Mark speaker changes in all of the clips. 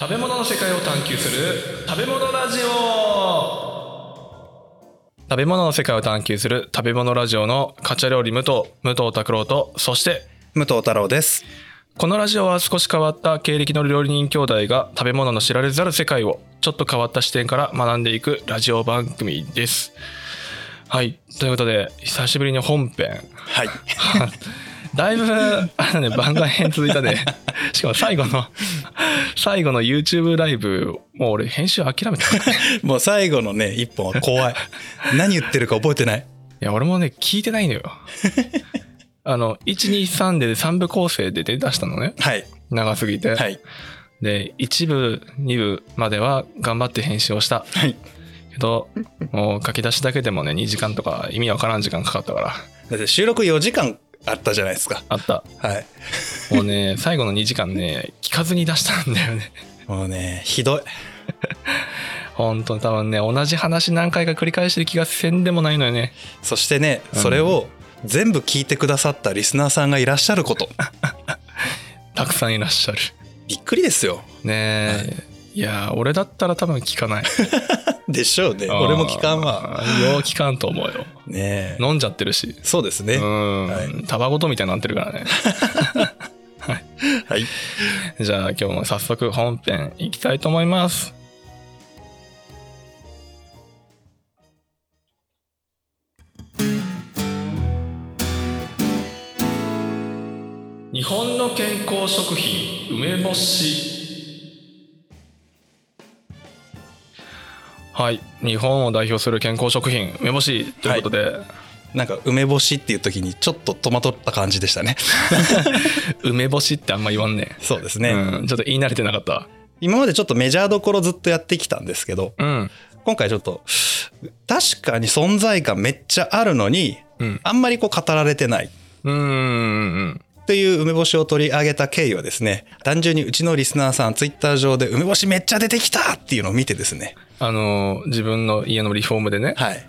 Speaker 1: 食べ物の世界を探求する食べ物ラジオ食べ物の世界を探求する食べ物ラジオのカチャ料理武藤武藤拓郎とそして
Speaker 2: 武藤太郎です。
Speaker 1: このラジオは少し変わった経歴の料理人兄弟が食べ物の知られざる世界をちょっと変わった視点から学んでいくラジオ番組です。はいということで久しぶりに本編
Speaker 2: はい。
Speaker 1: だいぶあのね番外編続いたねしかも最後の最後の YouTube ライブもう俺編集諦めたい
Speaker 2: もう最後のね、一本は怖 い。何言ってるか覚えてない。
Speaker 1: や俺もね聞いてないの よあの123で3部構成で出だしたのね
Speaker 2: はい。
Speaker 1: 長すぎて、
Speaker 2: はい。
Speaker 1: で1部2部までは頑張って編集をした
Speaker 2: はい。
Speaker 1: け どもう書き出しだけでもね2時間とか意味わからん時間かかったから
Speaker 2: だって収録4時間あったじゃないですか。
Speaker 1: あった
Speaker 2: はい。
Speaker 1: もうね最後の2時間ね聞かずに出したんだよね
Speaker 2: もうね、ひどい。
Speaker 1: 本当に多分ね同じ話何回か繰り返してる気がせんでもないのよね
Speaker 2: そしてね、それを全部聞いてくださったリスナーさんがいらっしゃること。
Speaker 1: たくさんいらっしゃる
Speaker 2: びっくりですよ。
Speaker 1: ねえ、い、やー俺だったら多分聞かない
Speaker 2: でしょうね。 俺も聞かんわ。
Speaker 1: あーよう聞かんと思うよ
Speaker 2: ねえ。
Speaker 1: 飲んじゃってるし
Speaker 2: そうですね。
Speaker 1: う
Speaker 2: は
Speaker 1: ん、
Speaker 2: はい
Speaker 1: タバコとみたいになってるからね
Speaker 2: い。
Speaker 1: じゃあ今日も早速本編いきたいと思います日本の健康食品梅干しはい日本を代表する健康食品梅干しということで、
Speaker 2: なんか梅干しっていう時にちょっと戸惑った感じでしたね。
Speaker 1: 梅干しってあんま言わんね
Speaker 2: そうです
Speaker 1: ね、
Speaker 2: ね。
Speaker 1: うん、ちょっと言い慣れてなかった
Speaker 2: 今までちょっとメジャーどころずっとやってきたんですけど、
Speaker 1: うん
Speaker 2: 今回ちょっと確かに存在感めっちゃあるのに
Speaker 1: うん
Speaker 2: あんまりこう語られてない
Speaker 1: うんうんうん
Speaker 2: という梅干しを取り上げた経緯はですね単純にうちのリスナーさんツイッター上で梅干しめっちゃ出てきたっていうのを見てですね
Speaker 1: あの自分の家のリフォームでね
Speaker 2: はい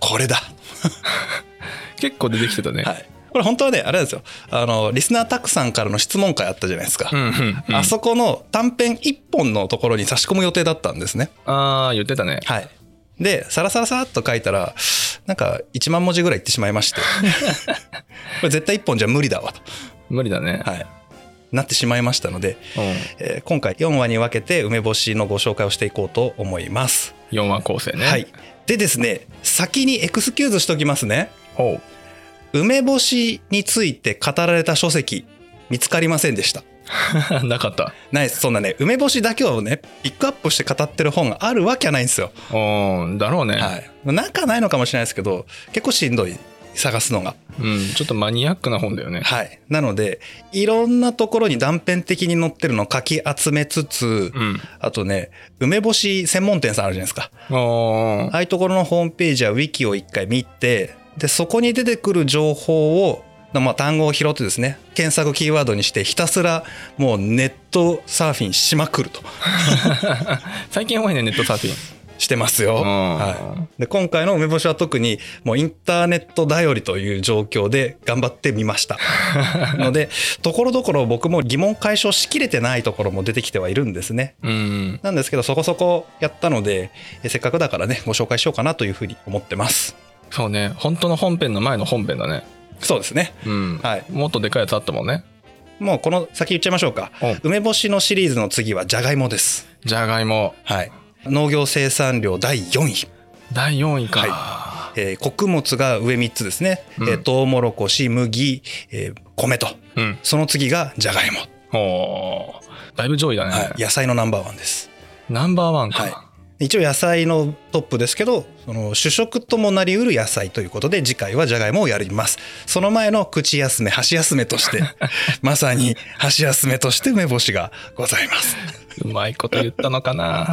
Speaker 2: これだ
Speaker 1: 結構出てきてたね、
Speaker 2: はいこれ本当はねあれなんですよあのリスナーたくさんからの質問会あったじゃないですか、
Speaker 1: うんうん、うん、
Speaker 2: あそこの短編1本のところに差し込む予定だったんですね
Speaker 1: ああ言ってたね
Speaker 2: はいでサラサラサラっと書いたらなんか1万文字ぐらいいってしまいましてこれ絶対1本じゃ無理だわと
Speaker 1: 無理だね、
Speaker 2: はい、なってしまいましたので、えー今回4話に分けて梅干しのご紹介をしていこうと思います。
Speaker 1: うん、4話構成ね
Speaker 2: はい、でですね先にエクスキューズしときますね
Speaker 1: ほう
Speaker 2: 梅干しについて語られた書籍見つかりませんでした。
Speaker 1: なかった
Speaker 2: ないですそんなね梅干しだけをねピックアップして語ってる本があるわけはないんですよ。
Speaker 1: うんだろうね、
Speaker 2: はい、なんかないのかもしれないですけど結構しんどい探すのが。
Speaker 1: うん、ちょっとマニアックな本だよね
Speaker 2: はい、なのでいろんなところに断片的に載ってるのをかき集めつつ、
Speaker 1: うん
Speaker 2: あとね、梅干し専門店さんあるじゃないですか。
Speaker 1: おー
Speaker 2: ああいうところのホームページは Wiki を一回見て、で、そこに出てくる情報を、まあ、単語を拾ってですね、検索キーワードにして、ひたすらもうネットサーフィンしまくると
Speaker 1: 最近多いねネットサーフィン
Speaker 2: してますよ。はい、で今回の梅干しは特にもうインターネット頼りという状況で頑張ってみま した。ので、ところどころ僕も疑問解消しきれてないところも出てきてはいるんですね。
Speaker 1: うん
Speaker 2: なんですけどそこそこやったのでえせっかくだからねご紹介しようかなというふうに思ってます
Speaker 1: そうね本当の本編の前の本編だね
Speaker 2: そうですね
Speaker 1: うん、
Speaker 2: はい
Speaker 1: もっとでかいやつあったもんね
Speaker 2: もうこの先言っちゃいましょうか
Speaker 1: うん
Speaker 2: 梅干しのシリーズの次はじゃがいもです
Speaker 1: じゃがいも
Speaker 2: はい農業生産量第4位、
Speaker 1: 第4位か、
Speaker 2: えー穀物が上3つですね、
Speaker 1: うん
Speaker 2: えートウモロコシ麦、えー米と
Speaker 1: うん
Speaker 2: その次がじゃがいも、
Speaker 1: おーだいぶ上位だね、
Speaker 2: はい、野菜のナンバーワンです
Speaker 1: ナンバーワンか、
Speaker 2: はい一応野菜のトップですけどその主食ともなりうる野菜ということで次回はじゃがいもをやりますその前の口休め箸休めと してまさに箸休めとして梅干しがございます
Speaker 1: うまいこと言ったのかな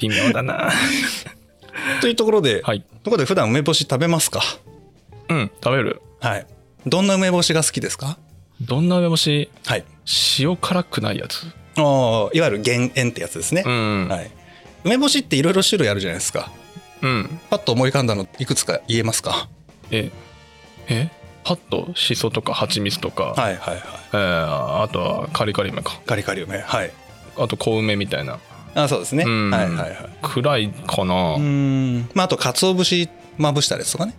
Speaker 1: 微妙だな
Speaker 2: というところで、
Speaker 1: はい
Speaker 2: ところで普段梅干し食べますか
Speaker 1: うん食べる
Speaker 2: はいどんな梅干しが好きですか
Speaker 1: どんな梅干し
Speaker 2: はい
Speaker 1: 塩辛くないやつ
Speaker 2: あーいわゆる減塩ってやつですね
Speaker 1: う、ん、
Speaker 2: はい、梅干しっていろいろ種類あるじゃないですか
Speaker 1: うん
Speaker 2: パッと思い浮かんだのいくつか言えますか
Speaker 1: ええパッとしそとか蜂蜜とか、
Speaker 2: はいはいはい
Speaker 1: えーあとはカリカリ梅か
Speaker 2: カリカリ梅はい
Speaker 1: あと小梅みたいな
Speaker 2: あそうですね、
Speaker 1: うん
Speaker 2: はいはいはい
Speaker 1: くらいかな、
Speaker 2: うんまああと鰹節まぶしたりとかね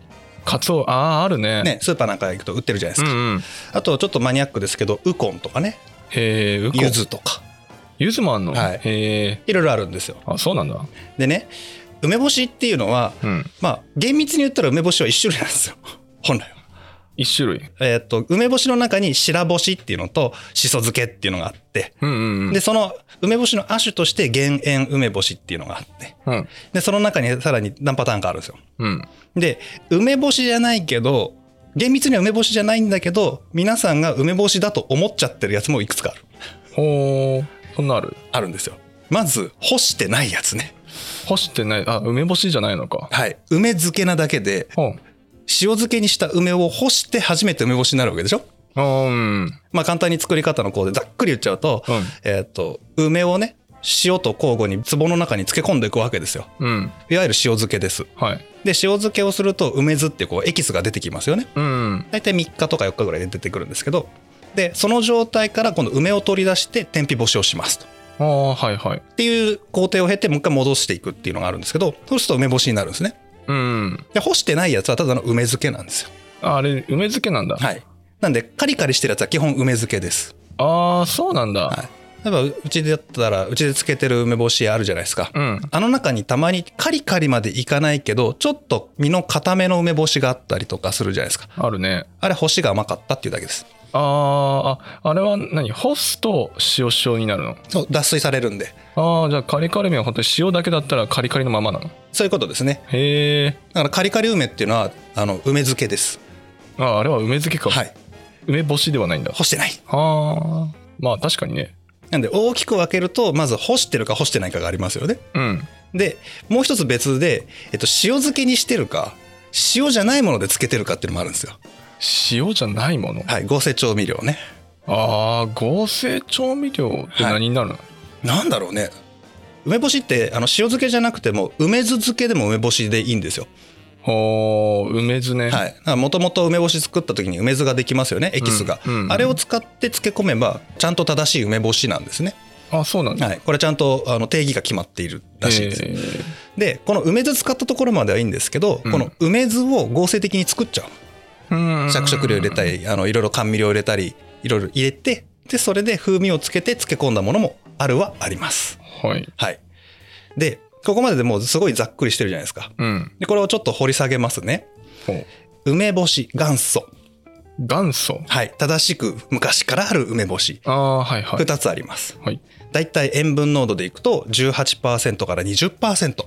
Speaker 1: カツオあああるね
Speaker 2: ねスーパーなんか行くと売ってるじゃないで
Speaker 1: う
Speaker 2: す
Speaker 1: ん
Speaker 2: か、
Speaker 1: うん
Speaker 2: あとちょっとマニアックですけどウコンとかね
Speaker 1: へえうこ
Speaker 2: 柚子とか
Speaker 1: ゆずもあんの、
Speaker 2: はい
Speaker 1: へえ
Speaker 2: いろいろあるんですよ
Speaker 1: あそうなんだ
Speaker 2: でね梅干しっていうのは
Speaker 1: うん
Speaker 2: まあ厳密に言ったら梅干しは一種類なんですよ 本来は。
Speaker 1: 一種類
Speaker 2: えーっと梅干しの中に白干しっていうのとしそ漬けっていうのがあって
Speaker 1: うんうんうん
Speaker 2: でその梅干しの亜種として減塩梅干しっていうのがあって
Speaker 1: うん
Speaker 2: でその中にさらに何パターンかあるんですよ。
Speaker 1: うん
Speaker 2: で梅干しじゃないけど厳密には梅干しじゃないんだけど皆さんが梅干しだと思っちゃってるやつもいくつかある
Speaker 1: ほうそんなある
Speaker 2: あるんですよ。まず干してないやつね。
Speaker 1: 干してないあ梅干しじゃないのか
Speaker 2: はい、梅漬けなだけで
Speaker 1: ほう
Speaker 2: 塩漬けにした梅を干して初めて梅干しになるわけでしょ
Speaker 1: あーうん
Speaker 2: まあ簡単に作り方のこうでざっくり言っちゃうと、
Speaker 1: うん
Speaker 2: えっ、と、梅をね、塩と交互に壺の中に漬け込んでいくわけですよ。
Speaker 1: うん
Speaker 2: いわゆる塩漬けです。
Speaker 1: はい
Speaker 2: で、塩漬けをすると梅酢ってこうエキスが出てきますよね。
Speaker 1: うん
Speaker 2: 大体3日とか4日ぐらいで出てくるんですけど、で、その状態から今度梅を取り出して天日干しをしますと。
Speaker 1: ああはいはい
Speaker 2: っていう工程を経てもう一回戻していくっていうのがあるんですけど、そうすると梅干しになるんですね。
Speaker 1: うん
Speaker 2: で、干してないやつはただの梅漬けなんですよ。
Speaker 1: ああれ梅漬けなんだ、
Speaker 2: はい。なんで、カリカリしてるやつは基本梅漬けです。
Speaker 1: ああそうなんだ、
Speaker 2: はい例えばうちでやったらうちで漬けてる梅干しあるじゃないですか、
Speaker 1: うん
Speaker 2: あの中にたまにカリカリまでいかないけどちょっと身の固めの梅干しがあったりとかするじゃないですか
Speaker 1: あるね
Speaker 2: あれ干しが甘かったっていうだけです
Speaker 1: あーああれは何干すと塩塩になるの
Speaker 2: そう脱水されるんで
Speaker 1: ああじゃあカリカリ麺は本当に塩だけだったらカリカリのままなの
Speaker 2: そういうことですね
Speaker 1: へえ
Speaker 2: だからカリカリ梅っていうのはあの梅漬けです
Speaker 1: ああれは梅漬けか、
Speaker 2: はい
Speaker 1: 梅干しではないんだ
Speaker 2: 干してない
Speaker 1: ああまあ確かにね
Speaker 2: なんで大きく分けるとまず干してるか干してないかがありますよね
Speaker 1: うん
Speaker 2: でもう一つ別で、えっと、塩漬けにしてるか塩じゃないもので漬けてるかっていうのもあるんですよ
Speaker 1: 塩じゃないもの
Speaker 2: はい合成調味料ね
Speaker 1: ああ合成調味料って何になるの、
Speaker 2: なんだろうね梅干しってあの塩漬けじゃなくても梅酢漬けでも梅干しでいいんですよ。
Speaker 1: ほう梅酢ね、
Speaker 2: はい。もともと梅干し作った時に梅酢ができますよね、エキスが。
Speaker 1: うんうんうん
Speaker 2: あれを使って漬け込めばちゃんと正しい梅干しなんですね。
Speaker 1: あそうなんだ、
Speaker 2: はい。これちゃんとあの定義が決まっているらしいです。
Speaker 1: へー
Speaker 2: で、この梅酢使ったところまではいいんですけど、
Speaker 1: うん
Speaker 2: この梅酢を合成的に作っちゃう。
Speaker 1: うん
Speaker 2: 着色料入れたり、あのいろいろ甘味料入れたり、いろいろ入れて、でそれで風味をつけて漬け込んだものもあるはあります。
Speaker 1: はい
Speaker 2: はい。で、ここまででもうすごいざっくりしてるじゃないですか。
Speaker 1: うん
Speaker 2: で、これをちょっと掘り下げますね。
Speaker 1: ほう
Speaker 2: 梅干し、元祖。
Speaker 1: 元祖
Speaker 2: はい。正しく昔からある梅干し。
Speaker 1: ああはいはい
Speaker 2: 2つあります。
Speaker 1: はい
Speaker 2: だいたい塩分濃度でいくと18%から20%。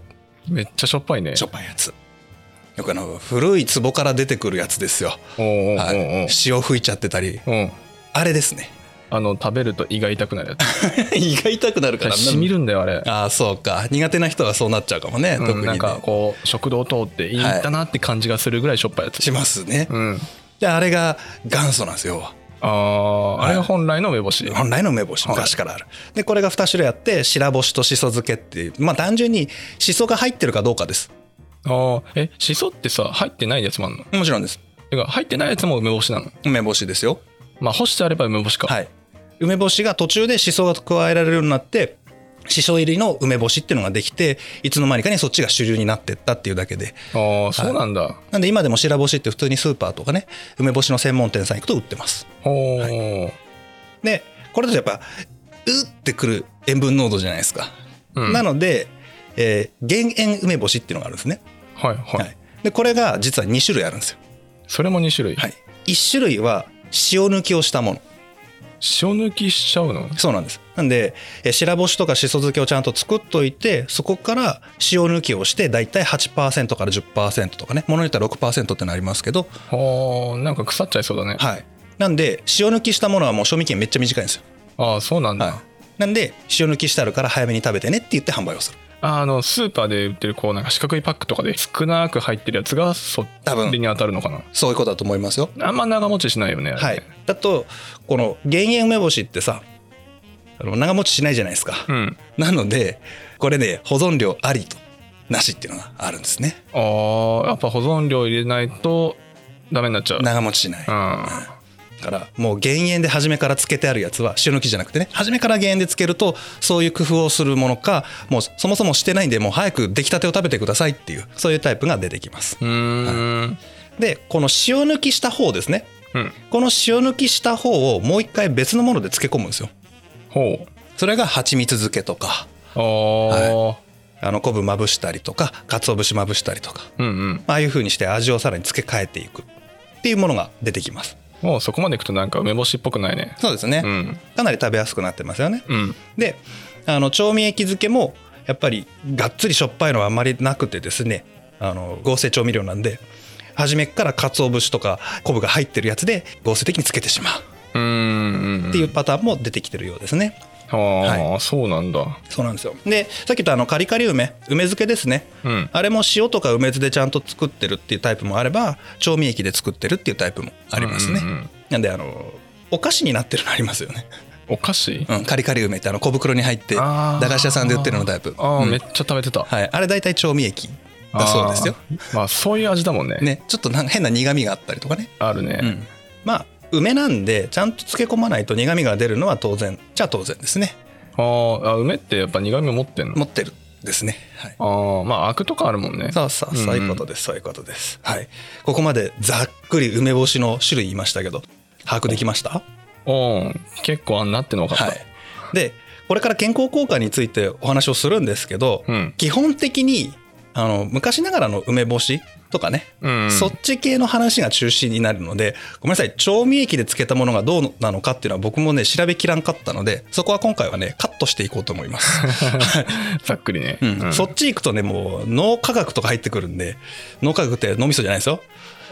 Speaker 1: めっちゃしょっぱいね
Speaker 2: しょっぱいやつ。よくあの、古い壺から出てくるやつですよ。
Speaker 1: おーおー
Speaker 2: はい
Speaker 1: おーおー
Speaker 2: 塩吹いちゃってたり。
Speaker 1: うん
Speaker 2: あれですね。
Speaker 1: あの食べると胃が痛くなるやつ
Speaker 2: 胃が痛くなるから
Speaker 1: しみるんだよあれ
Speaker 2: ああ、そうか。苦手な人はそうなっちゃうかもね。
Speaker 1: うん
Speaker 2: 特に、ね。
Speaker 1: なんかこう食堂通っていいんだなって感じがするぐらいしょっぱいやつ、
Speaker 2: しますね。
Speaker 1: うん
Speaker 2: で、あれが元祖なんですよ。
Speaker 1: あああれが本来の梅干し、
Speaker 2: 本来の梅干し
Speaker 1: はい
Speaker 2: 昔からある、でこれが2種類あって白干しとしそ漬けっていうまあ単純にしそが入ってるかどうかです
Speaker 1: ああえしそってさ入ってないやつもあんの
Speaker 2: もちろんです
Speaker 1: てか入ってないやつも梅干しなの
Speaker 2: 梅干しですよ
Speaker 1: まあ干してあれば梅干しか、
Speaker 2: はい梅干しが途中でしそが加えられるようになってしそ入りの梅干しっていうのができていつの間にかにそっちが主流になってったっていうだけで
Speaker 1: ああそうなんだ、
Speaker 2: なんで今でも白干しって普通にスーパーとかね梅干しの専門店さん行くと売ってます
Speaker 1: ほう、
Speaker 2: でこれだとやっぱうってくる塩分濃度じゃないですか、
Speaker 1: うん
Speaker 2: なので、えー減塩梅干しっていうのがあるんですね
Speaker 1: はいはい、
Speaker 2: はい、でこれが実は2種類あるんですよ、
Speaker 1: それも2種類、
Speaker 2: はい、1種類は塩抜きをしたもの
Speaker 1: 塩抜きしちゃうの
Speaker 2: そうなんですなんでえー白干しとかしそ漬けをちゃんと作っといてそこから塩抜きをしてだいたい8%から10%とかねものによっては6%ってなりますけど
Speaker 1: ほうなんか腐っちゃいそうだね、
Speaker 2: はいなんで塩抜きしたものはもう賞味期限めっちゃ短いんですよ、
Speaker 1: ああそうなんだ、
Speaker 2: はい、なんで塩抜きしてあるから早めに食べてねって言って販売をする
Speaker 1: あのスーパーで売ってるこうなんか四角いパックとかで少なく入ってるやつがそ
Speaker 2: 多分
Speaker 1: れに当たるのかな
Speaker 2: そういうことだと思いますよ
Speaker 1: あんま長持ちしないよねあれ
Speaker 2: はいだとこの減塩梅干しってさあの長持ちしないじゃないです か、
Speaker 1: うん
Speaker 2: なのでこれね保存量ありとなしっていうのがあるんですね
Speaker 1: あーやっぱ保存量入れないとダメになっちゃう
Speaker 2: 長持ちしない、
Speaker 1: うん
Speaker 2: だからもう減塩で初めからつけてあるやつは塩抜きじゃなくてね初めから減塩でつけるとそういう工夫をするものかもうそもそもしてないんでもう早く出来たてを食べてくださいっていうそういうタイプが出てきます
Speaker 1: うーん
Speaker 2: でこの塩抜きした方ですね
Speaker 1: うん
Speaker 2: この塩抜きした方をもう一回別のもので漬け込むんですよ
Speaker 1: ほ
Speaker 2: それが蜂蜜漬けとか
Speaker 1: うああ
Speaker 2: あの昆布まぶしたりとか鰹節まぶしたりとか
Speaker 1: うんうん
Speaker 2: ああいう風にして味をさらに付け替えていくっていうものが出てきます
Speaker 1: もうそこまでいくとなんか梅干しっぽくないね
Speaker 2: そうですね、
Speaker 1: うん
Speaker 2: かなり食べやすくなってますよね
Speaker 1: うん
Speaker 2: であの調味液漬けもやっぱりがっつりしょっぱいのはあまりなくてですねあの合成調味料なんで初めっから鰹節とか昆布が入ってるやつで合成的につけてしまう
Speaker 1: うーん
Speaker 2: っていうパターンも出てきてるようですね、
Speaker 1: ああ、そうなんだ
Speaker 2: そうなんですよでさっき言ったあのカリカリ梅梅漬けですね
Speaker 1: うん
Speaker 2: あれも塩とか梅酢でちゃんと作ってるっていうタイプもあれば調味液で作ってるっていうタイプもありますね、
Speaker 1: うんうんうん
Speaker 2: なんであのお菓子になってるのありますよね、
Speaker 1: お菓子
Speaker 2: うん、カリカリ梅ってあの小袋に入って
Speaker 1: あ
Speaker 2: 駄
Speaker 1: ー
Speaker 2: 菓子屋さんで売ってるのタイプ
Speaker 1: ああ、
Speaker 2: うん
Speaker 1: めっちゃ食べてた
Speaker 2: はい、あれ大体調味液だそうですよ、
Speaker 1: あーまあそういう味だもんね
Speaker 2: ね、ちょっとなんか変な苦味があったりとかね、
Speaker 1: あるね、
Speaker 2: うん、まあ梅なんでちゃんと漬け込まないと苦味が出るのは当然じゃあ当然ですね
Speaker 1: あーあ梅ってやっぱ苦味を持ってんの
Speaker 2: 持ってるですねはい
Speaker 1: ああまあアクとかあるもんね
Speaker 2: そうそう
Speaker 1: うんうん
Speaker 2: そういうことです、そういうことですはいここまでざっくり梅干しの種類言いましたけど把握できました
Speaker 1: うん結構あんなっての分かった、
Speaker 2: はい、でこれから健康効果についてお話をするんですけど、
Speaker 1: うん
Speaker 2: 基本的にあの昔ながらの梅干しとかね、
Speaker 1: うん
Speaker 2: そっち系の話が中心になるのでごめんなさい調味液で漬けたものがどうなのかっていうのは僕もね調べきらんかったのでそこは今回はねカットしていこうと思います、
Speaker 1: ざっくりね、
Speaker 2: うん
Speaker 1: うん
Speaker 2: そっち行くとねもう脳科学とか入ってくるんで脳科学って脳みそじゃないですよ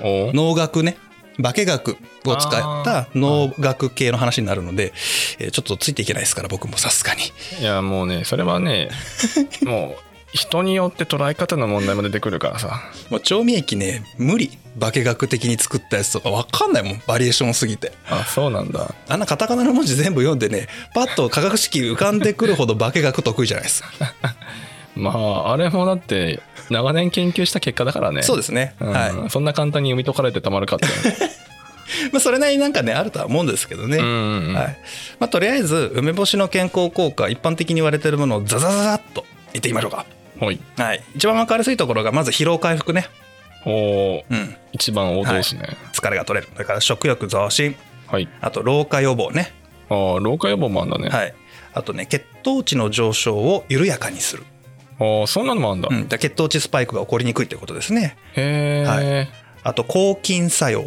Speaker 1: お
Speaker 2: 農学ね化学を使った農学系の話になるので、えーちょっとついていけないですから僕もさすがに
Speaker 1: いやもうねそれは ねもう人によって捉え方の問題も出てくるからさ
Speaker 2: もう調味液ね無理化学的に作ったやつとか分かんないもんバリエーションすぎて
Speaker 1: あそうなんだ
Speaker 2: あんなカタカナの文字全部読んでねパッと化学式浮かんでくるほど化学得意じゃないです
Speaker 1: まああれもだって長年研究した結果だからね
Speaker 2: そう
Speaker 1: で
Speaker 2: ですね、
Speaker 1: ん
Speaker 2: はい、
Speaker 1: そんな簡単に読み解かれてたまるかって
Speaker 2: まあ、それなりになんかねあるとは思うんですけどね、
Speaker 1: うんうんうん、
Speaker 2: はいまあ、とりあえず梅干しの健康効果一般的に言われてるものをザザザザっと言ってみましょうか
Speaker 1: ほい
Speaker 2: はい一番分かりやすいところがまず疲労回復ね
Speaker 1: おー
Speaker 2: うん
Speaker 1: 一番王道ですね
Speaker 2: 疲れが取れるだから食欲増進
Speaker 1: はい、
Speaker 2: あと老化予防ね、
Speaker 1: ああ老化予防もあんだね、
Speaker 2: はい、あとね血糖値の上昇を緩やかにする、
Speaker 1: ああそんなのもあんだ、
Speaker 2: う
Speaker 1: へ
Speaker 2: ん、だから血糖値スパイクが起こりにくいってことですね
Speaker 1: え、
Speaker 2: あと抗菌作用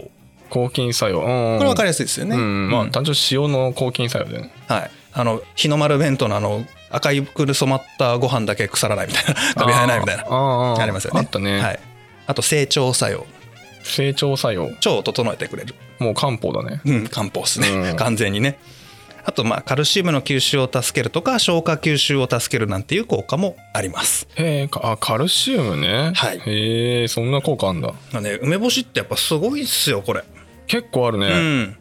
Speaker 2: こ
Speaker 1: 抗菌作用、うんうん、
Speaker 2: れ分かりやすいですよね、
Speaker 1: うん、ま
Speaker 2: う
Speaker 1: あ
Speaker 2: ん
Speaker 1: 単純に塩の抗菌作用でね
Speaker 2: はい、あの日の丸弁当のあの赤いくる染まったご飯だけ腐らない みたいな食べ生えないみたいなあ
Speaker 1: あー
Speaker 2: りますよね
Speaker 1: あったね、
Speaker 2: はい、あと成長作用
Speaker 1: 成長作用
Speaker 2: 腸を整えてくれる、
Speaker 1: もう漢方だね
Speaker 2: うん、漢方ですね、
Speaker 1: うん
Speaker 2: 完全にねあとまあカルシウムの吸収を助けるとか消化吸収を助けるなんていう効果もあります
Speaker 1: へえかあカルシウムね、
Speaker 2: はい
Speaker 1: へえそんな効果あんだ
Speaker 2: まあね梅干しってやっぱすごいっすよこれ、
Speaker 1: 結構あるね、
Speaker 2: うん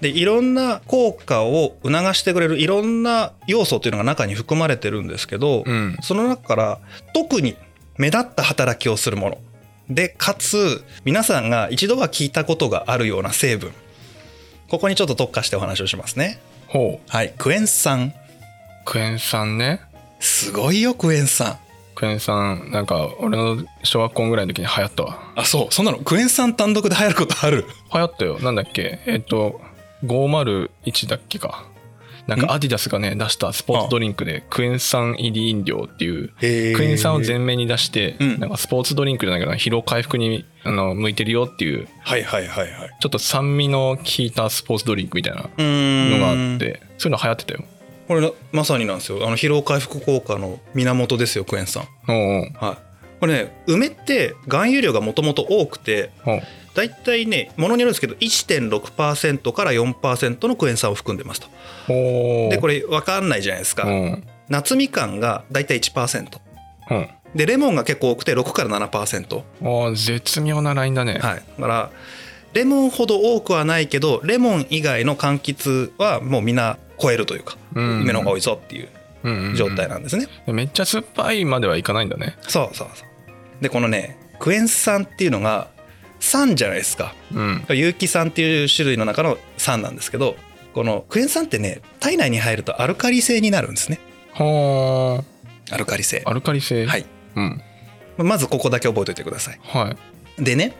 Speaker 2: でいろんな効果を促してくれるいろんな要素っていうのが中に含まれてるんですけど、
Speaker 1: うん
Speaker 2: その中から特に目立った働きをするものでかつ皆さんが一度は聞いたことがあるような成分ここにちょっと特化してお話をしますね
Speaker 1: ほう
Speaker 2: はいクエン酸
Speaker 1: クエン酸ね
Speaker 2: すごいよクエン酸
Speaker 1: クエン酸なんか俺の小学校ぐらいの時に流行ったわ
Speaker 2: あそうそんなのクエン酸単独で流行ることある
Speaker 1: 流行ったよなんだっけえっと501だっけかなんかアディダスがね出したスポーツドリンクでクエン酸入り飲料っていう
Speaker 2: へー
Speaker 1: クエン酸を前面に出して、
Speaker 2: うん
Speaker 1: なんかスポーツドリンクじゃないけど疲労回復にあの向いてるよっていう
Speaker 2: はいはいはいはい
Speaker 1: ちょっと酸味の効いたスポーツドリンクみたいな
Speaker 2: うー
Speaker 1: の
Speaker 2: ん
Speaker 1: があってそういうの流行ってたよ
Speaker 2: これまさになんですよあの疲労回復効果の源ですよクエン酸
Speaker 1: おうおう
Speaker 2: はいこれね梅って含有量がもともと多くて
Speaker 1: おう
Speaker 2: だいたいねものによるんですけど1.6%から4%のクエン酸を含んでますと
Speaker 1: おう
Speaker 2: でこれ分かんないじゃないですか、
Speaker 1: うん
Speaker 2: 夏みかんがだいたい1%
Speaker 1: うん
Speaker 2: でレモンが結構多くて6から7%、
Speaker 1: おう絶妙なラインだね、
Speaker 2: はい、だからレモンほど多くはないけどレモン以外の柑橘はもうみんな超えるというか、
Speaker 1: うん
Speaker 2: 梅の方が多いぞっていう
Speaker 1: うんうんうん
Speaker 2: 状態なんですね、
Speaker 1: めっちゃ酸っぱいまではいかないんだね
Speaker 2: そうそうそうでこのねクエン酸っていうのが酸じゃないですか
Speaker 1: うん
Speaker 2: 有機酸っていう種類の中の酸なんですけどこのクエン酸ってね体内に入るとアルカリ性になるんですね
Speaker 1: は
Speaker 2: アルカリ性
Speaker 1: あアルカリ性
Speaker 2: はい
Speaker 1: うん
Speaker 2: まずここだけ覚えておいてください
Speaker 1: はい
Speaker 2: でね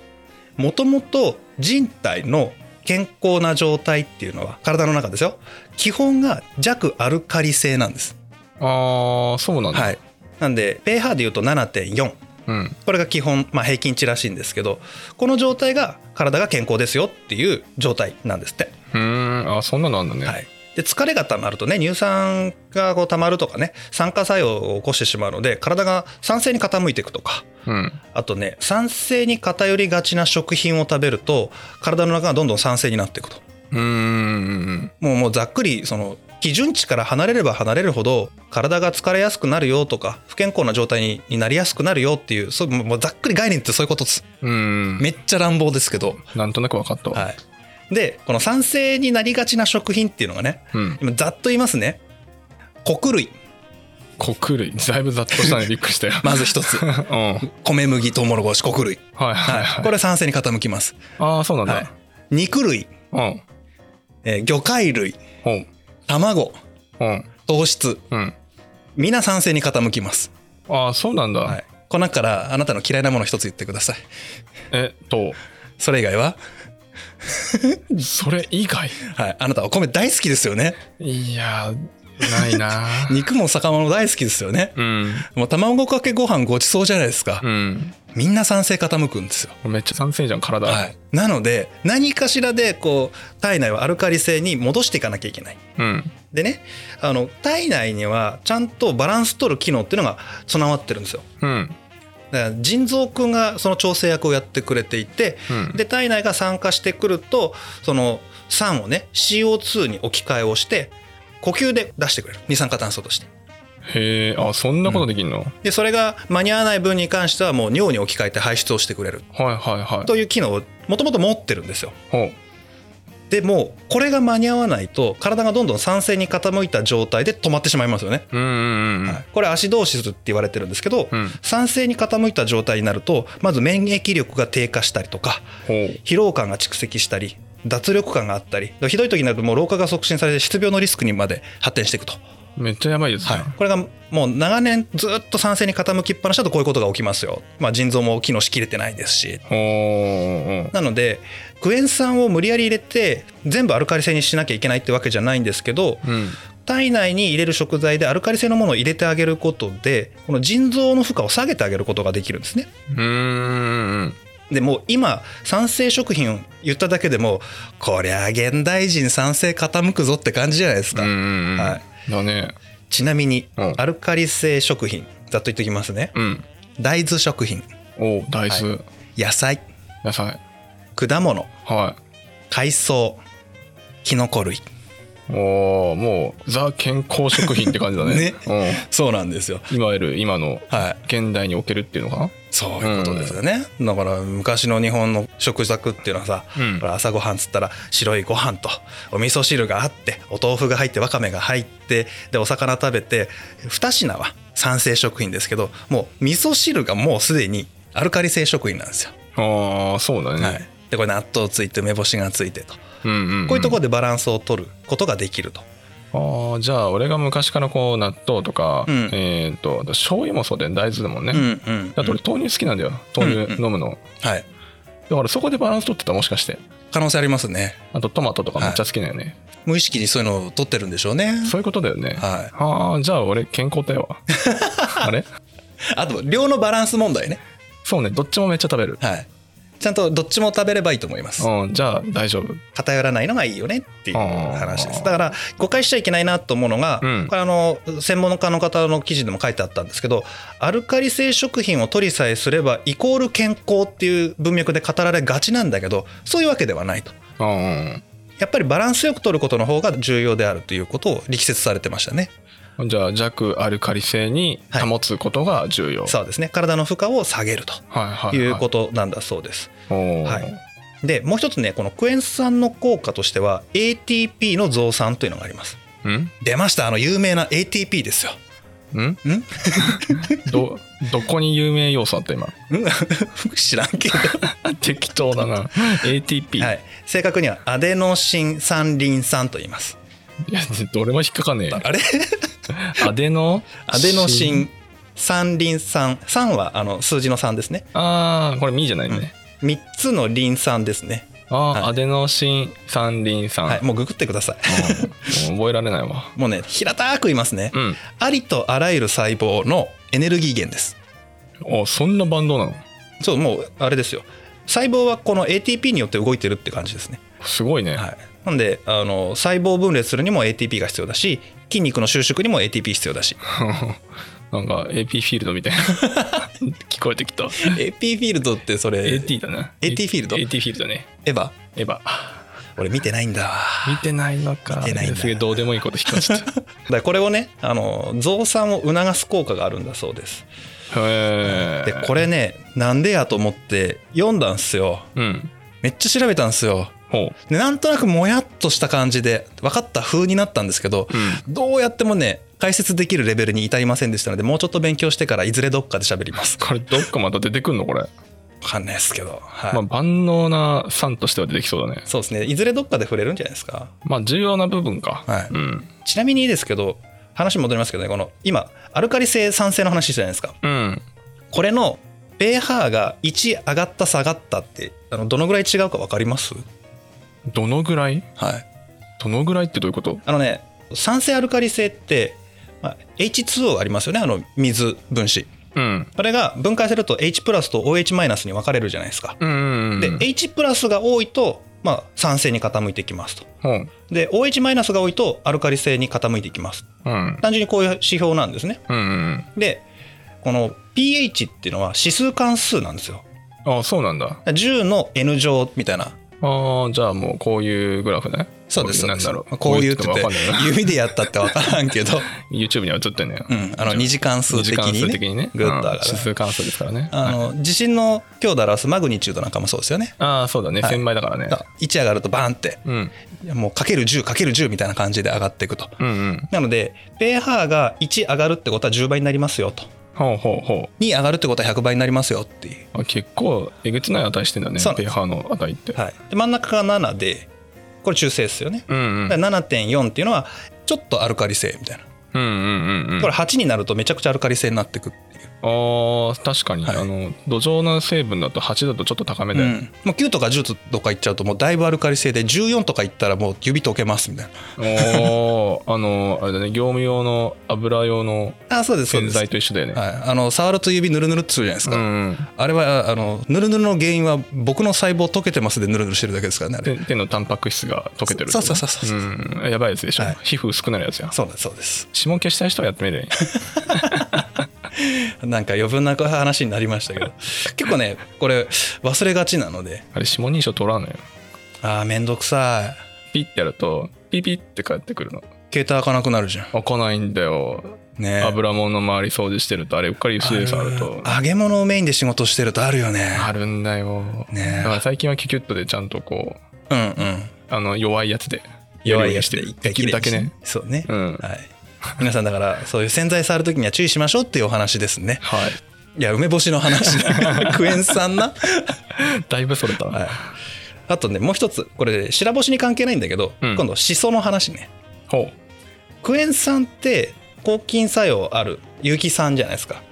Speaker 2: もともと人体の健康な状態っていうのは体の中ですよ基本が弱アルカリ性なんです、
Speaker 1: ああそうなんだ、
Speaker 2: はい、なんで pH で言うと7.4
Speaker 1: うん
Speaker 2: これが基本、まあ、平均値らしいんですけどこの状態が体が健康ですよっていう状態なんですって、
Speaker 1: うーんあそんなのあんだね、
Speaker 2: はい、で疲れ方になるとね乳酸がこう溜まるとかね酸化作用を起こしてしまうので体が酸性に傾いていくとか
Speaker 1: うん
Speaker 2: あとね酸性に偏りがちな食品を食べると体の中がどんどん酸性になっていくと
Speaker 1: うーん
Speaker 2: もうもうざっくりその基準値から離れれば離れるほど体が疲れやすくなるよとか不健康な状態にになりやすくなるよっていうそうもうざっくり概念ってそういうことです
Speaker 1: うん
Speaker 2: めっちゃ乱暴ですけど、
Speaker 1: なんとなく分かったわ、
Speaker 2: はい、でこの酸性になりがちな食品っていうのがね
Speaker 1: うん
Speaker 2: 今ざっと言いますね穀類
Speaker 1: 穀類だいぶざっとしたねびっくり したよ
Speaker 2: まず一つ
Speaker 1: うん
Speaker 2: 米麦トウモロコシ穀類、
Speaker 1: はいはい
Speaker 2: は、
Speaker 1: はいい
Speaker 2: これは酸性に傾きます、
Speaker 1: ああそうなんだ、
Speaker 2: はい、肉類、
Speaker 1: うん
Speaker 2: えー魚介類
Speaker 1: うん
Speaker 2: 卵
Speaker 1: うん
Speaker 2: 糖質
Speaker 1: うん
Speaker 2: 皆酸性に傾きます、
Speaker 1: ああそうなんだ、
Speaker 2: はい、粉からあなたの嫌いなもの一つ言ってください
Speaker 1: えっと
Speaker 2: それ以外は、
Speaker 1: それ以外
Speaker 2: はい、あなたはお米大好きですよね
Speaker 1: いやーないな
Speaker 2: 肉も魚も大好きですよね
Speaker 1: うん
Speaker 2: もう卵かけご飯ごちそうじゃないですか、
Speaker 1: うん
Speaker 2: みんな酸性傾くんですよ
Speaker 1: めっちゃ酸性じゃん体、
Speaker 2: はい、なので何かしらでこう体内はアルカリ性に戻していかなきゃいけない。
Speaker 1: うん
Speaker 2: でねあの体内にはちゃんとバランス取る機能っていうのが備わってるんですよ。
Speaker 1: うん
Speaker 2: だから腎臓くんがその調整役をやってくれていて
Speaker 1: うん
Speaker 2: で体内が酸化してくるとその酸をね CO2 に置き換えをして呼吸で出してくれる二酸化炭素として。
Speaker 1: へえあそんなことできんの、
Speaker 2: でそれが間に合わない分に関してはもう尿に置き換えて排出をしてくれる
Speaker 1: はいはいはい
Speaker 2: という機能をもともと持ってるんですよ。
Speaker 1: ほう
Speaker 2: でもこれが間に合わないと体がどんどん酸性に傾いた状態で止まってしまいますよね、
Speaker 1: うんうんうんうん、
Speaker 2: はいこれアシドーシスって言われてるんですけど、
Speaker 1: うん
Speaker 2: 酸性に傾いた状態になるとまず免疫力が低下したりとか
Speaker 1: ほう
Speaker 2: 疲労感が蓄積したり脱力感があったりひどい時になるともう老化が促進されて失病のリスクにまで発展していくと、
Speaker 1: めっちゃやばいですね、
Speaker 2: これがもう長年ずっと酸性に傾きっぱなしだとこういうことが起きますよ、まあ、腎臓も機能しきれてないですし
Speaker 1: ほう
Speaker 2: なのでクエン酸を無理やり入れて全部アルカリ性にしなきゃいけないってわけじゃないんですけど
Speaker 1: うん
Speaker 2: 体内に入れる食材でアルカリ性のものを入れてあげることでこの腎臓の負荷を下げてあげることができるんですね。
Speaker 1: うんうん
Speaker 2: でもう今酸性食品を言っただけでもこりゃ現代人酸性傾くぞって感じじゃないです
Speaker 1: う
Speaker 2: か。
Speaker 1: んうんうん
Speaker 2: は
Speaker 1: だね
Speaker 2: ちなみに
Speaker 1: うん
Speaker 2: アルカリ性食品ざっと言っておきますね。
Speaker 1: うん
Speaker 2: 大豆食品
Speaker 1: おう大豆、
Speaker 2: 野菜
Speaker 1: 野菜
Speaker 2: 果物
Speaker 1: は
Speaker 2: 海藻キノコ類
Speaker 1: いおおもうザ健康食品って感じ だね
Speaker 2: そうなんですよ。
Speaker 1: うんいわゆる今の
Speaker 2: はい、
Speaker 1: 現代におけるっていうのかな
Speaker 2: そういうことですよね、だから昔の日本の食卓っていうのはさ、
Speaker 1: うん
Speaker 2: ほら朝ごはんつったら白いご飯とお味噌汁があってお豆腐が入ってわかめが入ってでお魚食べて2品は酸性食品ですけどもう味噌汁がもうすでにアルカリ性食品なんですよ。
Speaker 1: ああそうだね、
Speaker 2: はい、でこれ納豆ついて梅干しがついてとこ
Speaker 1: うんうんん
Speaker 2: ういうところでバランスを取ることができると。
Speaker 1: ああじゃあ俺が昔からこう納豆とか、
Speaker 2: うん
Speaker 1: えっ、とあと醤油もそうだよね大豆だもんね、
Speaker 2: うん
Speaker 1: だ
Speaker 2: うん
Speaker 1: って俺豆乳好きなんだよ豆乳飲むの、
Speaker 2: はい、
Speaker 1: だからそこでバランス取ってたもしかして
Speaker 2: 可能性ありますね。
Speaker 1: あとトマトとかめっちゃ好きだよね、
Speaker 2: 無意識にそういうのを取ってるんでしょうね。
Speaker 1: そういうことだよね、
Speaker 2: はい、
Speaker 1: ああじゃあ俺健康体 はあれ
Speaker 2: あと量のバランス問題ね。
Speaker 1: そうねどっちもめっちゃ食べる
Speaker 2: はい。ちゃんとどっちも食べればいいと思います。
Speaker 1: うんじゃあ大丈夫
Speaker 2: 偏らないのがいいよねっていう話です。
Speaker 1: あー
Speaker 2: だから誤解しちゃいけないなと思うのが、
Speaker 1: うん
Speaker 2: これあの専門家の方の記事でも書いてあったんですけど、アルカリ性食品を取りさえすればイコール健康っていう文脈で語られがちなんだけど、そういうわけではないと。
Speaker 1: うんうん
Speaker 2: やっぱりバランスよく取ることの方が重要であるということを力説されてましたね。
Speaker 1: うんじゃあ弱アルカリ性に保つことが重要、
Speaker 2: そうですね。体の負荷を下げると
Speaker 1: はい、はいはい
Speaker 2: いうことなんだそうです。
Speaker 1: とおー
Speaker 2: はいでもう一つねこのクエン酸の効果としては ATP の増産というのがあります
Speaker 1: うん
Speaker 2: 出ましたあの有名な ATP ですよ
Speaker 1: ん どどこに有名要素あった 今
Speaker 2: ん知らんけど
Speaker 1: 適当だな ATP、、
Speaker 2: はいい、正確にはアデノシン三リン酸と言います。
Speaker 1: やどれも引っかかんね
Speaker 2: あれ
Speaker 1: えアデノ
Speaker 2: アデノシン三リン酸酸はあの数字の3ですね。
Speaker 1: ああこれミじゃないね、
Speaker 2: 3つのリン酸ですね。
Speaker 1: ああー、
Speaker 2: はい
Speaker 1: アデノシン三リン酸、
Speaker 2: はい、もうググってください。
Speaker 1: もう覚えられないわ
Speaker 2: もうね平たく言いますね
Speaker 1: う。ん
Speaker 2: ありとあらゆる細胞のエネルギー源です。
Speaker 1: おそんなバンドなの
Speaker 2: そうもうあれですよ。細胞はこの ATP によって動いてるって感じですね。
Speaker 1: すごいね、
Speaker 2: はい、なんであの細胞分裂するにも ATP が必要だし筋肉の収縮にも ATP 必要だし
Speaker 1: なんか AP フィールドみたいな 聞こえてきた
Speaker 2: AP フィールドってそれ
Speaker 1: AT だな
Speaker 2: AT フィールド
Speaker 1: AT フィールドね
Speaker 2: エヴァ
Speaker 1: エヴァ
Speaker 2: 俺見てないんだわ
Speaker 1: 見てないのか
Speaker 2: 見てないんだ
Speaker 1: すげえどうでもいいこと聞きま した
Speaker 2: だからこれをねあの増産を促す効果があるんだそうです
Speaker 1: へえ
Speaker 2: でこれねなんでやと思って読んだんすよ
Speaker 1: うん
Speaker 2: めっちゃ調べたんすよ
Speaker 1: ほ
Speaker 2: でなんとなくもやっとした感じで分かった風になったんですけど
Speaker 1: う、うん、
Speaker 2: どうやってもね解説できるレベルに至りませんでしたのでもうちょっと勉強してからいずれどっかで喋ります
Speaker 1: これどっかまた出てくんのこれ、
Speaker 2: 分かんないですけど、はい
Speaker 1: まあ万能な酸としては出てきそうだね
Speaker 2: そうですねいずれどっかで触れるんじゃないですか
Speaker 1: まあ重要な部分か、
Speaker 2: はい
Speaker 1: うん
Speaker 2: ちなみにですけど話戻りますけどねこの今アルカリ性酸性の話したじゃないですか
Speaker 1: うん
Speaker 2: これの pH が1上がった下がったってあのどのぐらい違うか分かります
Speaker 1: どのぐらい
Speaker 2: はい
Speaker 1: どのぐらいってどういうこと
Speaker 2: あのね酸性アルカリ性って、まあ、H2O ありますよねあの水分子
Speaker 1: うん
Speaker 2: これが分解すると H プラスと OH マイナスに分かれるじゃないですか、
Speaker 1: うんうんうん
Speaker 2: で H プラスが多いと、まあ、酸性に傾いていきますと
Speaker 1: ほう
Speaker 2: で OH マイナスが多いとアルカリ性に傾いていきます
Speaker 1: うん
Speaker 2: 単純にこういう指標なんですね
Speaker 1: うんうん
Speaker 2: でこの pH っていうのは指数関数なんですよ
Speaker 1: ああそうなんだ
Speaker 2: 10の N 乗みたいな
Speaker 1: ああじゃあもうこういうグラフね
Speaker 2: そうです、
Speaker 1: こ
Speaker 2: そう
Speaker 1: い
Speaker 2: です。
Speaker 1: なんだろう
Speaker 2: こういうって
Speaker 1: こ
Speaker 2: 言
Speaker 1: う
Speaker 2: っ
Speaker 1: いう
Speaker 2: て
Speaker 1: のかわかんないな、
Speaker 2: 指でやったってわからんけど、
Speaker 1: YouTube には映ってんね
Speaker 2: うん、あの、二次関数
Speaker 1: 時
Speaker 2: 的
Speaker 1: 間数
Speaker 2: に
Speaker 1: 的にね
Speaker 2: ね、グッと上
Speaker 1: うん
Speaker 2: がる。
Speaker 1: 指数関数ですからね
Speaker 2: あ
Speaker 1: はい
Speaker 2: の、地震の強度を表すマグニチュードなんかもそうですよね。
Speaker 1: ああそうだね
Speaker 2: はい
Speaker 1: 千倍だからね
Speaker 2: 1上がるとバーンって、
Speaker 1: うん
Speaker 2: もうかける10かける10みたいな感じで上がっていくと。
Speaker 1: うんうん
Speaker 2: なので、pH が1上がるってことは10倍になりますよと。
Speaker 1: ほうほうほ
Speaker 2: 2上がるってことは100倍になりますよっていう。
Speaker 1: うあ結構えぐつない値してんだね
Speaker 2: そうなんです
Speaker 1: pH の値って
Speaker 2: はい。で、真ん中が7で、これ中性ですよね。
Speaker 1: うんうん
Speaker 2: だから7.4っていうのは、ちょっとアルカリ性みたいな。
Speaker 1: うんうんうんうん
Speaker 2: これ8になるとめちゃくちゃアルカリ性になってくってい
Speaker 1: あ
Speaker 2: う。
Speaker 1: ー確かに、
Speaker 2: はい
Speaker 1: あの土壌の成分だと8だとちょっと高めで、
Speaker 2: うん、もう9とか10とかいっちゃうともうだいぶアルカリ性で14とかいったらもう指溶けますみたい
Speaker 1: おーあのあれだね業務用の油用の
Speaker 2: なあそうですそう
Speaker 1: 洗
Speaker 2: です、は
Speaker 1: 剤
Speaker 2: い、
Speaker 1: と一緒だよね
Speaker 2: あの触ると指ぬるぬるっつるじゃないです
Speaker 1: う
Speaker 2: か、
Speaker 1: ん
Speaker 2: あれはあのぬるぬるの原因は僕の細胞溶けてますでぬるぬるしてるだけですからねあれ
Speaker 1: 手手のタンパク質が溶けてる
Speaker 2: そうそうそうそうそう
Speaker 1: うんやばいやつでしょ、
Speaker 2: はい
Speaker 1: 皮膚薄くなるやつや
Speaker 2: そうですそうです
Speaker 1: 指紋消したい人はやってみる
Speaker 2: なんか余分な話になり ましたけど結構ねこれ忘れがちなので
Speaker 1: あれ指紋認証取らんのよ
Speaker 2: ああめんどくさい
Speaker 1: ピッてやるとピピッて返ってくるの
Speaker 2: 携帯開かなくなるじゃん
Speaker 1: 開かないんだよ
Speaker 2: ねえ
Speaker 1: 油物の周り掃除してるとあれうっかり薄いですあると
Speaker 2: 揚げ物をメインで仕事してるとあるよね
Speaker 1: あるんだよだ
Speaker 2: ね
Speaker 1: から最近はキュキュッとでちゃんとこう
Speaker 2: えうんうん
Speaker 1: あの弱いやつで
Speaker 2: 弱いやつで
Speaker 1: やるよう
Speaker 2: 一
Speaker 1: にして
Speaker 2: 回
Speaker 1: できるだけね
Speaker 2: そうね
Speaker 1: うん
Speaker 2: はい。皆さんだからそういう洗剤触るときには注意しましょうっていうお話ですね。
Speaker 1: はい
Speaker 2: いや梅干しの話 クエン酸な。
Speaker 1: だいぶそれた、
Speaker 2: はい。あとねもう一つこれ白星に関係ないんだけど、
Speaker 1: うん
Speaker 2: 今度シソの話ね。
Speaker 1: ほう
Speaker 2: クエン酸って抗菌作用ある有機酸じゃないですか。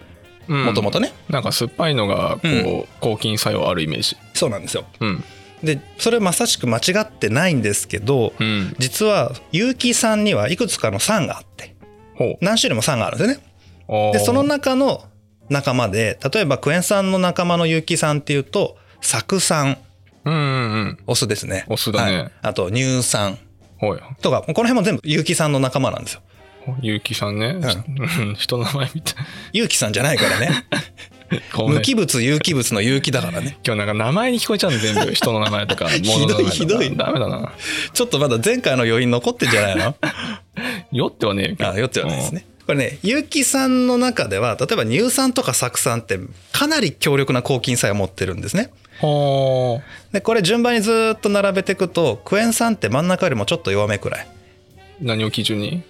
Speaker 2: もともとね。
Speaker 1: なんか酸っぱいのがこう、抗菌作用あるイメージ
Speaker 2: そうなんですよ。
Speaker 1: うん
Speaker 2: でそれまさしく間違ってないんですけど。
Speaker 1: うん
Speaker 2: 実は有機酸にはいくつかの酸があって
Speaker 1: ほ
Speaker 2: 何種類も酸があるんですよね
Speaker 1: う
Speaker 2: でその
Speaker 1: な
Speaker 2: 中の仲間で例えばクエン酸の仲間の有機酸っていうと酢酸
Speaker 1: うんうんうん
Speaker 2: お酢ですね
Speaker 1: お酢だね
Speaker 2: はいあと乳酸
Speaker 1: ほうよ
Speaker 2: とかこの辺も全部有機酸の仲間なんですよ
Speaker 1: 結城さんね、うん、人の名前みたい
Speaker 2: 有機酸じゃないからね
Speaker 1: ごめん
Speaker 2: 無機物有機物の有機だからね
Speaker 1: 今日なんか名前に聞こえちゃうん全 部人の名前とか
Speaker 2: どい
Speaker 1: 物の名前とか
Speaker 2: ひどい
Speaker 1: ダメだな
Speaker 2: ちょっとまだ前回の余韻残ってんじゃないの
Speaker 1: 酔ってはねえよ
Speaker 2: あ酔ってはないですねこれね有機酸の中では例えば乳酸とか酢酸ってかなり強力な抗菌作用を持ってるんですね
Speaker 1: ほ
Speaker 2: でこれ順番にずーっと並べていくとクエン酸って真ん中よりもちょっと弱めくらいう
Speaker 1: 何を基準に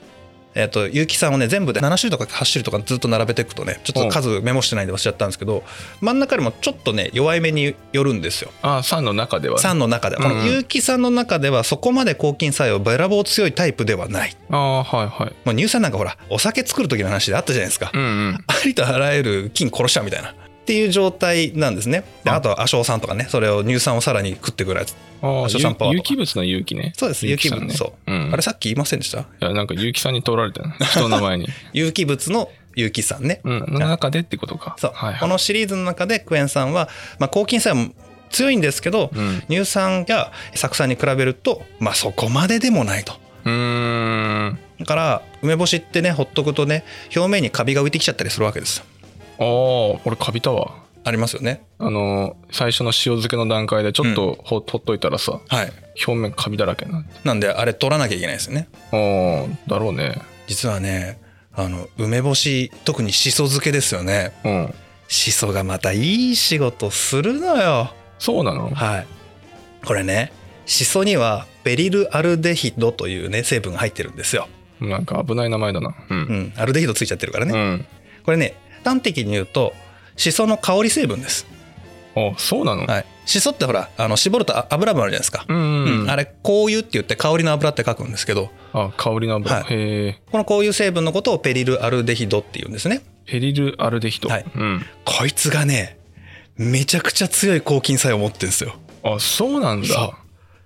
Speaker 2: えっと結城さんをね全部で7種類とか8種類とかずっと並べていくとねちょっと数メモしてないんで忘れちゃったんですけど真ん中にもちょっとね弱い目によるんですよ。
Speaker 1: ああ、酸の中では、ね。
Speaker 2: 酸の中ではこ
Speaker 1: うん
Speaker 2: の
Speaker 1: うん
Speaker 2: 結城さんの中ではそこまで抗菌作用べらぼう強いタイプではない
Speaker 1: ああ、はいはい。
Speaker 2: もう乳酸なんかほらお酒作る時の話であったじゃないですか、
Speaker 1: うんうん。
Speaker 2: ありとあらゆる菌殺しちゃうみたいなっていう状態なんですねで
Speaker 1: あ
Speaker 2: あとは亜硝酸とかねそれを乳酸をさらに食ってくるやつ
Speaker 1: ああ、
Speaker 2: シャシャンパワー
Speaker 1: 有
Speaker 2: とか
Speaker 1: 機物の有機ね。
Speaker 2: そうです有機物、
Speaker 1: ね。
Speaker 2: そう、
Speaker 1: うん。
Speaker 2: あれさっき言いませんでした
Speaker 1: いや、なんか有機さんに取られたな人の前に。
Speaker 2: 有機物の有機酸ね、
Speaker 1: うん。の中でってことか。
Speaker 2: そう、
Speaker 1: はい、はい。
Speaker 2: このシリーズの中でクエン酸は、まあ、抗菌作用も強いんですけど、
Speaker 1: うん。う
Speaker 2: 乳酸が酢酸に比べると、まあ、そこまででもないと
Speaker 1: ーん。
Speaker 2: だから梅干しってねほっとくとね表面にカビが浮いてきちゃったりするわけです
Speaker 1: ああ、俺カビたわ。
Speaker 2: ありますよね
Speaker 1: あの最初の塩漬けの段階でちょっとほ,、ほっといたらさ
Speaker 2: はい
Speaker 1: 表面カビだらけになって
Speaker 2: なんであれ取らなきゃいけないですよね
Speaker 1: ああだろうね
Speaker 2: 実はねあの梅干し特にしそ漬けですよね
Speaker 1: うん
Speaker 2: しそがまたいい仕事するのよ
Speaker 1: そうなの
Speaker 2: はいこれねしそにはベリルアルデヒドというね成分が入ってるんですよ、
Speaker 1: なんか危ない名前だなう
Speaker 2: うんん、アルデヒドついちゃってるから
Speaker 1: う
Speaker 2: ね、
Speaker 1: ん、
Speaker 2: これね端的に言うとしその香り成分です、
Speaker 1: あそうなの、
Speaker 2: はい、しそってほらあの絞るとあ油分あるじゃないですか、
Speaker 1: うんうんうん、
Speaker 2: うんあれ香油って言って香りの油って書くんですけど
Speaker 1: あ香りの油、
Speaker 2: はい
Speaker 1: へえ
Speaker 2: この香油成分のことをペリルアルデヒドって言うんですね
Speaker 1: ペリルアルデヒド、
Speaker 2: はい
Speaker 1: うん、
Speaker 2: こいつがねめちゃくちゃ強い抗菌作用を持ってるんですよ
Speaker 1: あそうなん
Speaker 2: そう
Speaker 1: だ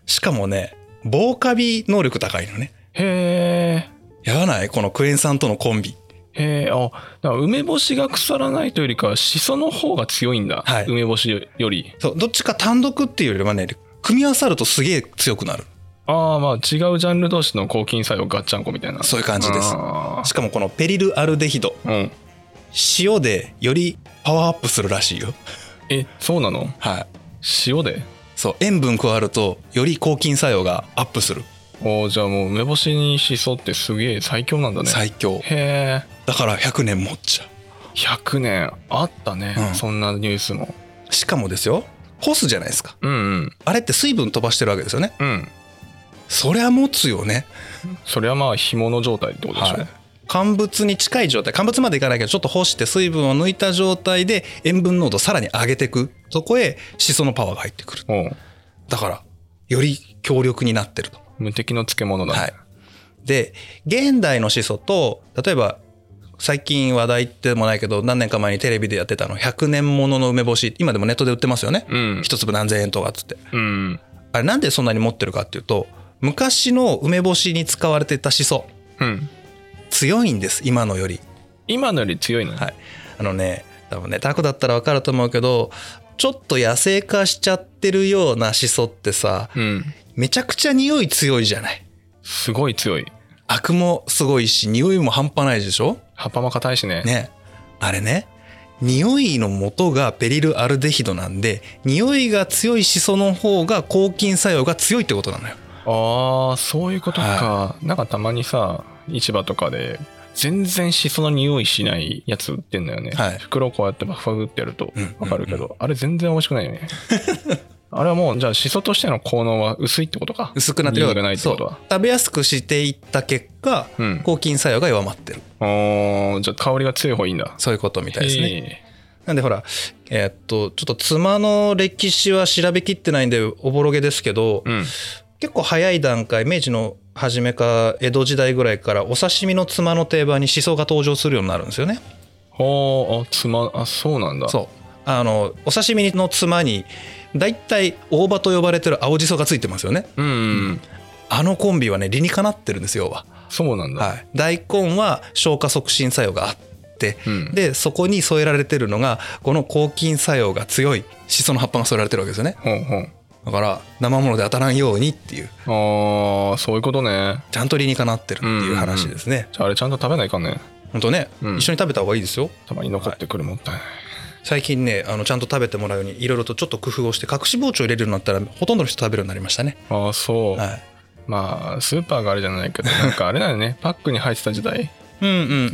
Speaker 2: しかもね防カビ能力高いのね
Speaker 1: へ
Speaker 2: やばないこのクエン酸とのコンビ
Speaker 1: えへえあだから梅干しが腐らないというよりかはしその方が強いんだ、
Speaker 2: はい
Speaker 1: 梅干しより
Speaker 2: そうどっちか単独っていうよりはね組み合わさるとすげえ強くなる
Speaker 1: ああまあ違うジャンル同士の抗菌作用ガッチャンコみたいな
Speaker 2: そういう感じです
Speaker 1: あ
Speaker 2: しかもこのペリルアルデヒド
Speaker 1: ーうん
Speaker 2: 塩でよりパワーアップするらしいよ
Speaker 1: えそうなの
Speaker 2: はい
Speaker 1: 塩で
Speaker 2: そう塩分加わるとより抗菌作用がアップする
Speaker 1: おーじゃあもう梅干しにしそってすげえ最強なんだね
Speaker 2: 最強
Speaker 1: へえ
Speaker 2: だから100年持っちゃ
Speaker 1: 100年あったね、
Speaker 2: うん
Speaker 1: そんなニュースも
Speaker 2: うしかもですよ干すじゃないですか
Speaker 1: うんうん
Speaker 2: あれって水分飛ばしてるわけですよね
Speaker 1: うん
Speaker 2: そりゃ持つよね
Speaker 1: それはまあ干物状態ってことでしょ、
Speaker 2: はい乾物に近い状態乾物までいかないけどちょっと干して水分を抜いた状態で塩分濃度をさらに上げていくそこへシソのパワーが入ってくる
Speaker 1: おう
Speaker 2: だからより強力になってると、
Speaker 1: 無敵の漬物だ、ね
Speaker 2: はい、で現代のシソと例えば最近話題でもないけど何年か前にテレビでやってたあの100年ものの梅干し今でもネットで売ってますよね
Speaker 1: うん
Speaker 2: 一粒何千円とかっつって
Speaker 1: うん
Speaker 2: あれなんでそんなに持ってるかっていうと昔の梅干しに使われてたシソ
Speaker 1: うん
Speaker 2: 強いんです今のより
Speaker 1: 今のより強いの、
Speaker 2: はいあのね多分ねタコだったら分かると思うけどちょっと野生化しちゃってるようなシソってさ
Speaker 1: うん
Speaker 2: めちゃくちゃ匂い強いじゃない
Speaker 1: すごい強い
Speaker 2: アクもすごいし匂いも半端ないでしょ
Speaker 1: 葉っぱも硬いしね
Speaker 2: ねあれね匂いの元がペリルアルデヒドなんで匂いが強いシソの方が抗菌作用が強いってことなのよ
Speaker 1: ああそういうことか、なんかたまにさ市場とかで全然しその匂いしないやつ売ってんだよね、
Speaker 2: はい
Speaker 1: 袋こうやってバフバフってやると
Speaker 2: うん
Speaker 1: わかるけど、
Speaker 2: うん
Speaker 1: あれ全然美味しくないよ ねあれはもうじゃあしそとしての効能は薄いってことか
Speaker 2: 薄くなってる
Speaker 1: 匂いがないってことは
Speaker 2: そう食べやすくしていった結果
Speaker 1: うん
Speaker 2: 抗菌作用が弱まってる
Speaker 1: おーじゃあ香りが強い方がいいんだ
Speaker 2: そういうことみたいですね
Speaker 1: ね
Speaker 2: なんでほら、えーっと、ちょっと妻の歴史は調べきってないんで、おぼろげですけど、
Speaker 1: うん
Speaker 2: 結構早い段階、明治の初めか江戸時代ぐらいから、お刺身の妻の定番にシソが登場するようになるんですよね。
Speaker 1: ほーあつまあそうなんだ
Speaker 2: そう。あの、お刺身の妻に、だいたい大葉と呼ばれてる青じそがついてますよね。
Speaker 1: うん、
Speaker 2: あのコンビはね、理にかなってるんですよ、要は。
Speaker 1: そうなんだ、
Speaker 2: はい。大根は消化促進作用があって、
Speaker 1: うん
Speaker 2: で、そこに添えられてるのが、この抗菌作用が強いシソの葉っぱが添えられてるわけですよね。
Speaker 1: ほんほん
Speaker 2: だから生物で当たらんようにっていう
Speaker 1: ああそういうことね
Speaker 2: ちゃんと理にかなってるっていう話ですね、
Speaker 1: じゃああれちゃんと食べないかんね
Speaker 2: ほんとね、
Speaker 1: うん
Speaker 2: 一緒に食べた方がいいですよ
Speaker 1: たまに残ってくるもったいない
Speaker 2: 最近ねあのちゃんと食べてもらうようにいろいろとちょっと工夫をして隠し包丁入れるようになったらほとんどの人食べるようになりましたね、
Speaker 1: ああそう、
Speaker 2: はい、
Speaker 1: まあスーパーがあれじゃない けどなんかあれだよねパックに入ってた時代、
Speaker 2: うんう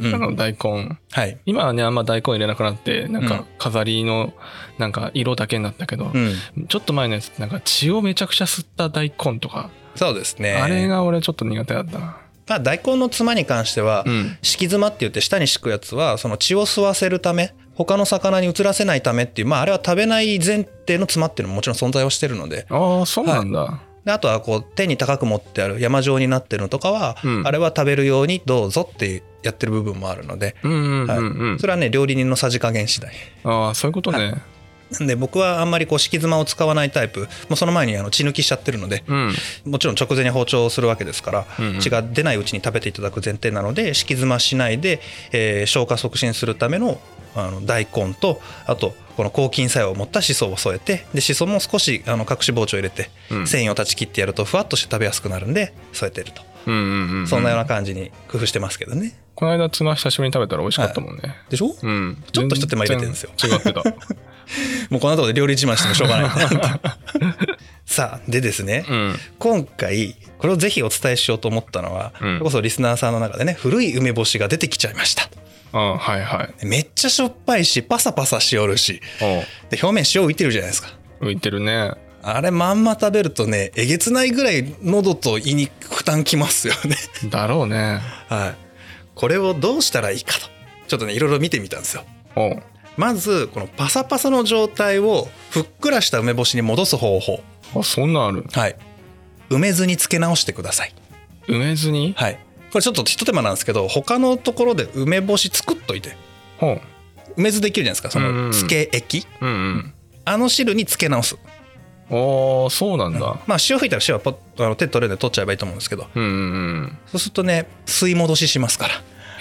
Speaker 2: んう
Speaker 1: あ
Speaker 2: ん
Speaker 1: の大根
Speaker 2: はい、
Speaker 1: 今はねあんま大根入れなくなってなん
Speaker 2: うん
Speaker 1: か飾りのなんか色だけになったけど
Speaker 2: う、ん、
Speaker 1: ちょっと前のやつってなんか血をめちゃくちゃ吸った大根とか、
Speaker 2: そうですね
Speaker 1: あれが俺ちょっと苦手だったな
Speaker 2: まあ、大根のつまに関しては、
Speaker 1: うん
Speaker 2: 敷き妻って言って下に敷くやつはその血を吸わせるため他の魚に移らせないためっていう、まあ、あれは食べない前提の妻っていうのももちろん存在をしてるので
Speaker 1: ああそうなんだ、
Speaker 2: であとはこう手に高く持ってある山状になってるのとかは、
Speaker 1: うん
Speaker 2: あれは食べるようにどうぞってやってる部分もあるので、
Speaker 1: うんうんう
Speaker 2: はい
Speaker 1: んうん、
Speaker 2: それはね料理人のさじ加減次第
Speaker 1: ああそういうことね、
Speaker 2: なんで僕はあんまりこう敷き妻を使わないタイプもうその前にあの血抜きしちゃってるので
Speaker 1: うん
Speaker 2: もちろん直前に包丁をするわけですから、
Speaker 1: うんうん
Speaker 2: 血が出ないうちに食べていただく前提なので敷き詰ましないで、えー消化促進するためのあの大根とあとこの抗菌作用を持ったしそを添えてでしそも少しあの隠し包丁を入れて、
Speaker 1: うん
Speaker 2: 繊維を断ち切ってやるとふわっとして食べやすくなるんで添えてると、
Speaker 1: うんうんうんうん
Speaker 2: そんなような感じに工夫してますけどね
Speaker 1: この間ツナ久しぶりに食べたら美味しかったもんね、
Speaker 2: でしょ、も
Speaker 1: うん
Speaker 2: ちょっと一手間入れてるんですよ
Speaker 1: 全然違ってた
Speaker 2: うこんなとこで料理自慢してもしょう がないさあでですね、
Speaker 1: うん
Speaker 2: 今回これをぜひお伝えしようと思ったのは、
Speaker 1: うん
Speaker 2: それこそリスナーさんの中でね古い梅干しが出てきちゃいました
Speaker 1: あはいはい
Speaker 2: めっちゃしょっぱいしパサパサしおるし
Speaker 1: お
Speaker 2: で表面塩浮いてるじゃないですか
Speaker 1: う浮いてるね
Speaker 2: あれまんま食べるとねえげつないぐらい喉と胃に負担きますよね
Speaker 1: だろうね
Speaker 2: はいこれをどうしたらいいかとちょっとねいろいろ見てみたんですよ
Speaker 1: おう
Speaker 2: まずこのパサパサの状態をふっくらした梅干しに戻す方法
Speaker 1: あそんなんある
Speaker 2: はい梅酢につけ直してください
Speaker 1: 梅酢に
Speaker 2: はいこれちょっとひと手間なんですけど他のところで梅干し作っといて
Speaker 1: ほう
Speaker 2: 梅酢できるじゃないですかそ
Speaker 1: うんうん
Speaker 2: の漬け液
Speaker 1: うん
Speaker 2: あの汁につけ直す
Speaker 1: うんおーそうなんだ
Speaker 2: まあ塩吹いたら塩はポッあの手取れるんで取っちゃえばいいと思うんですけど
Speaker 1: うんうんうん
Speaker 2: そうするとね吸い戻ししますから、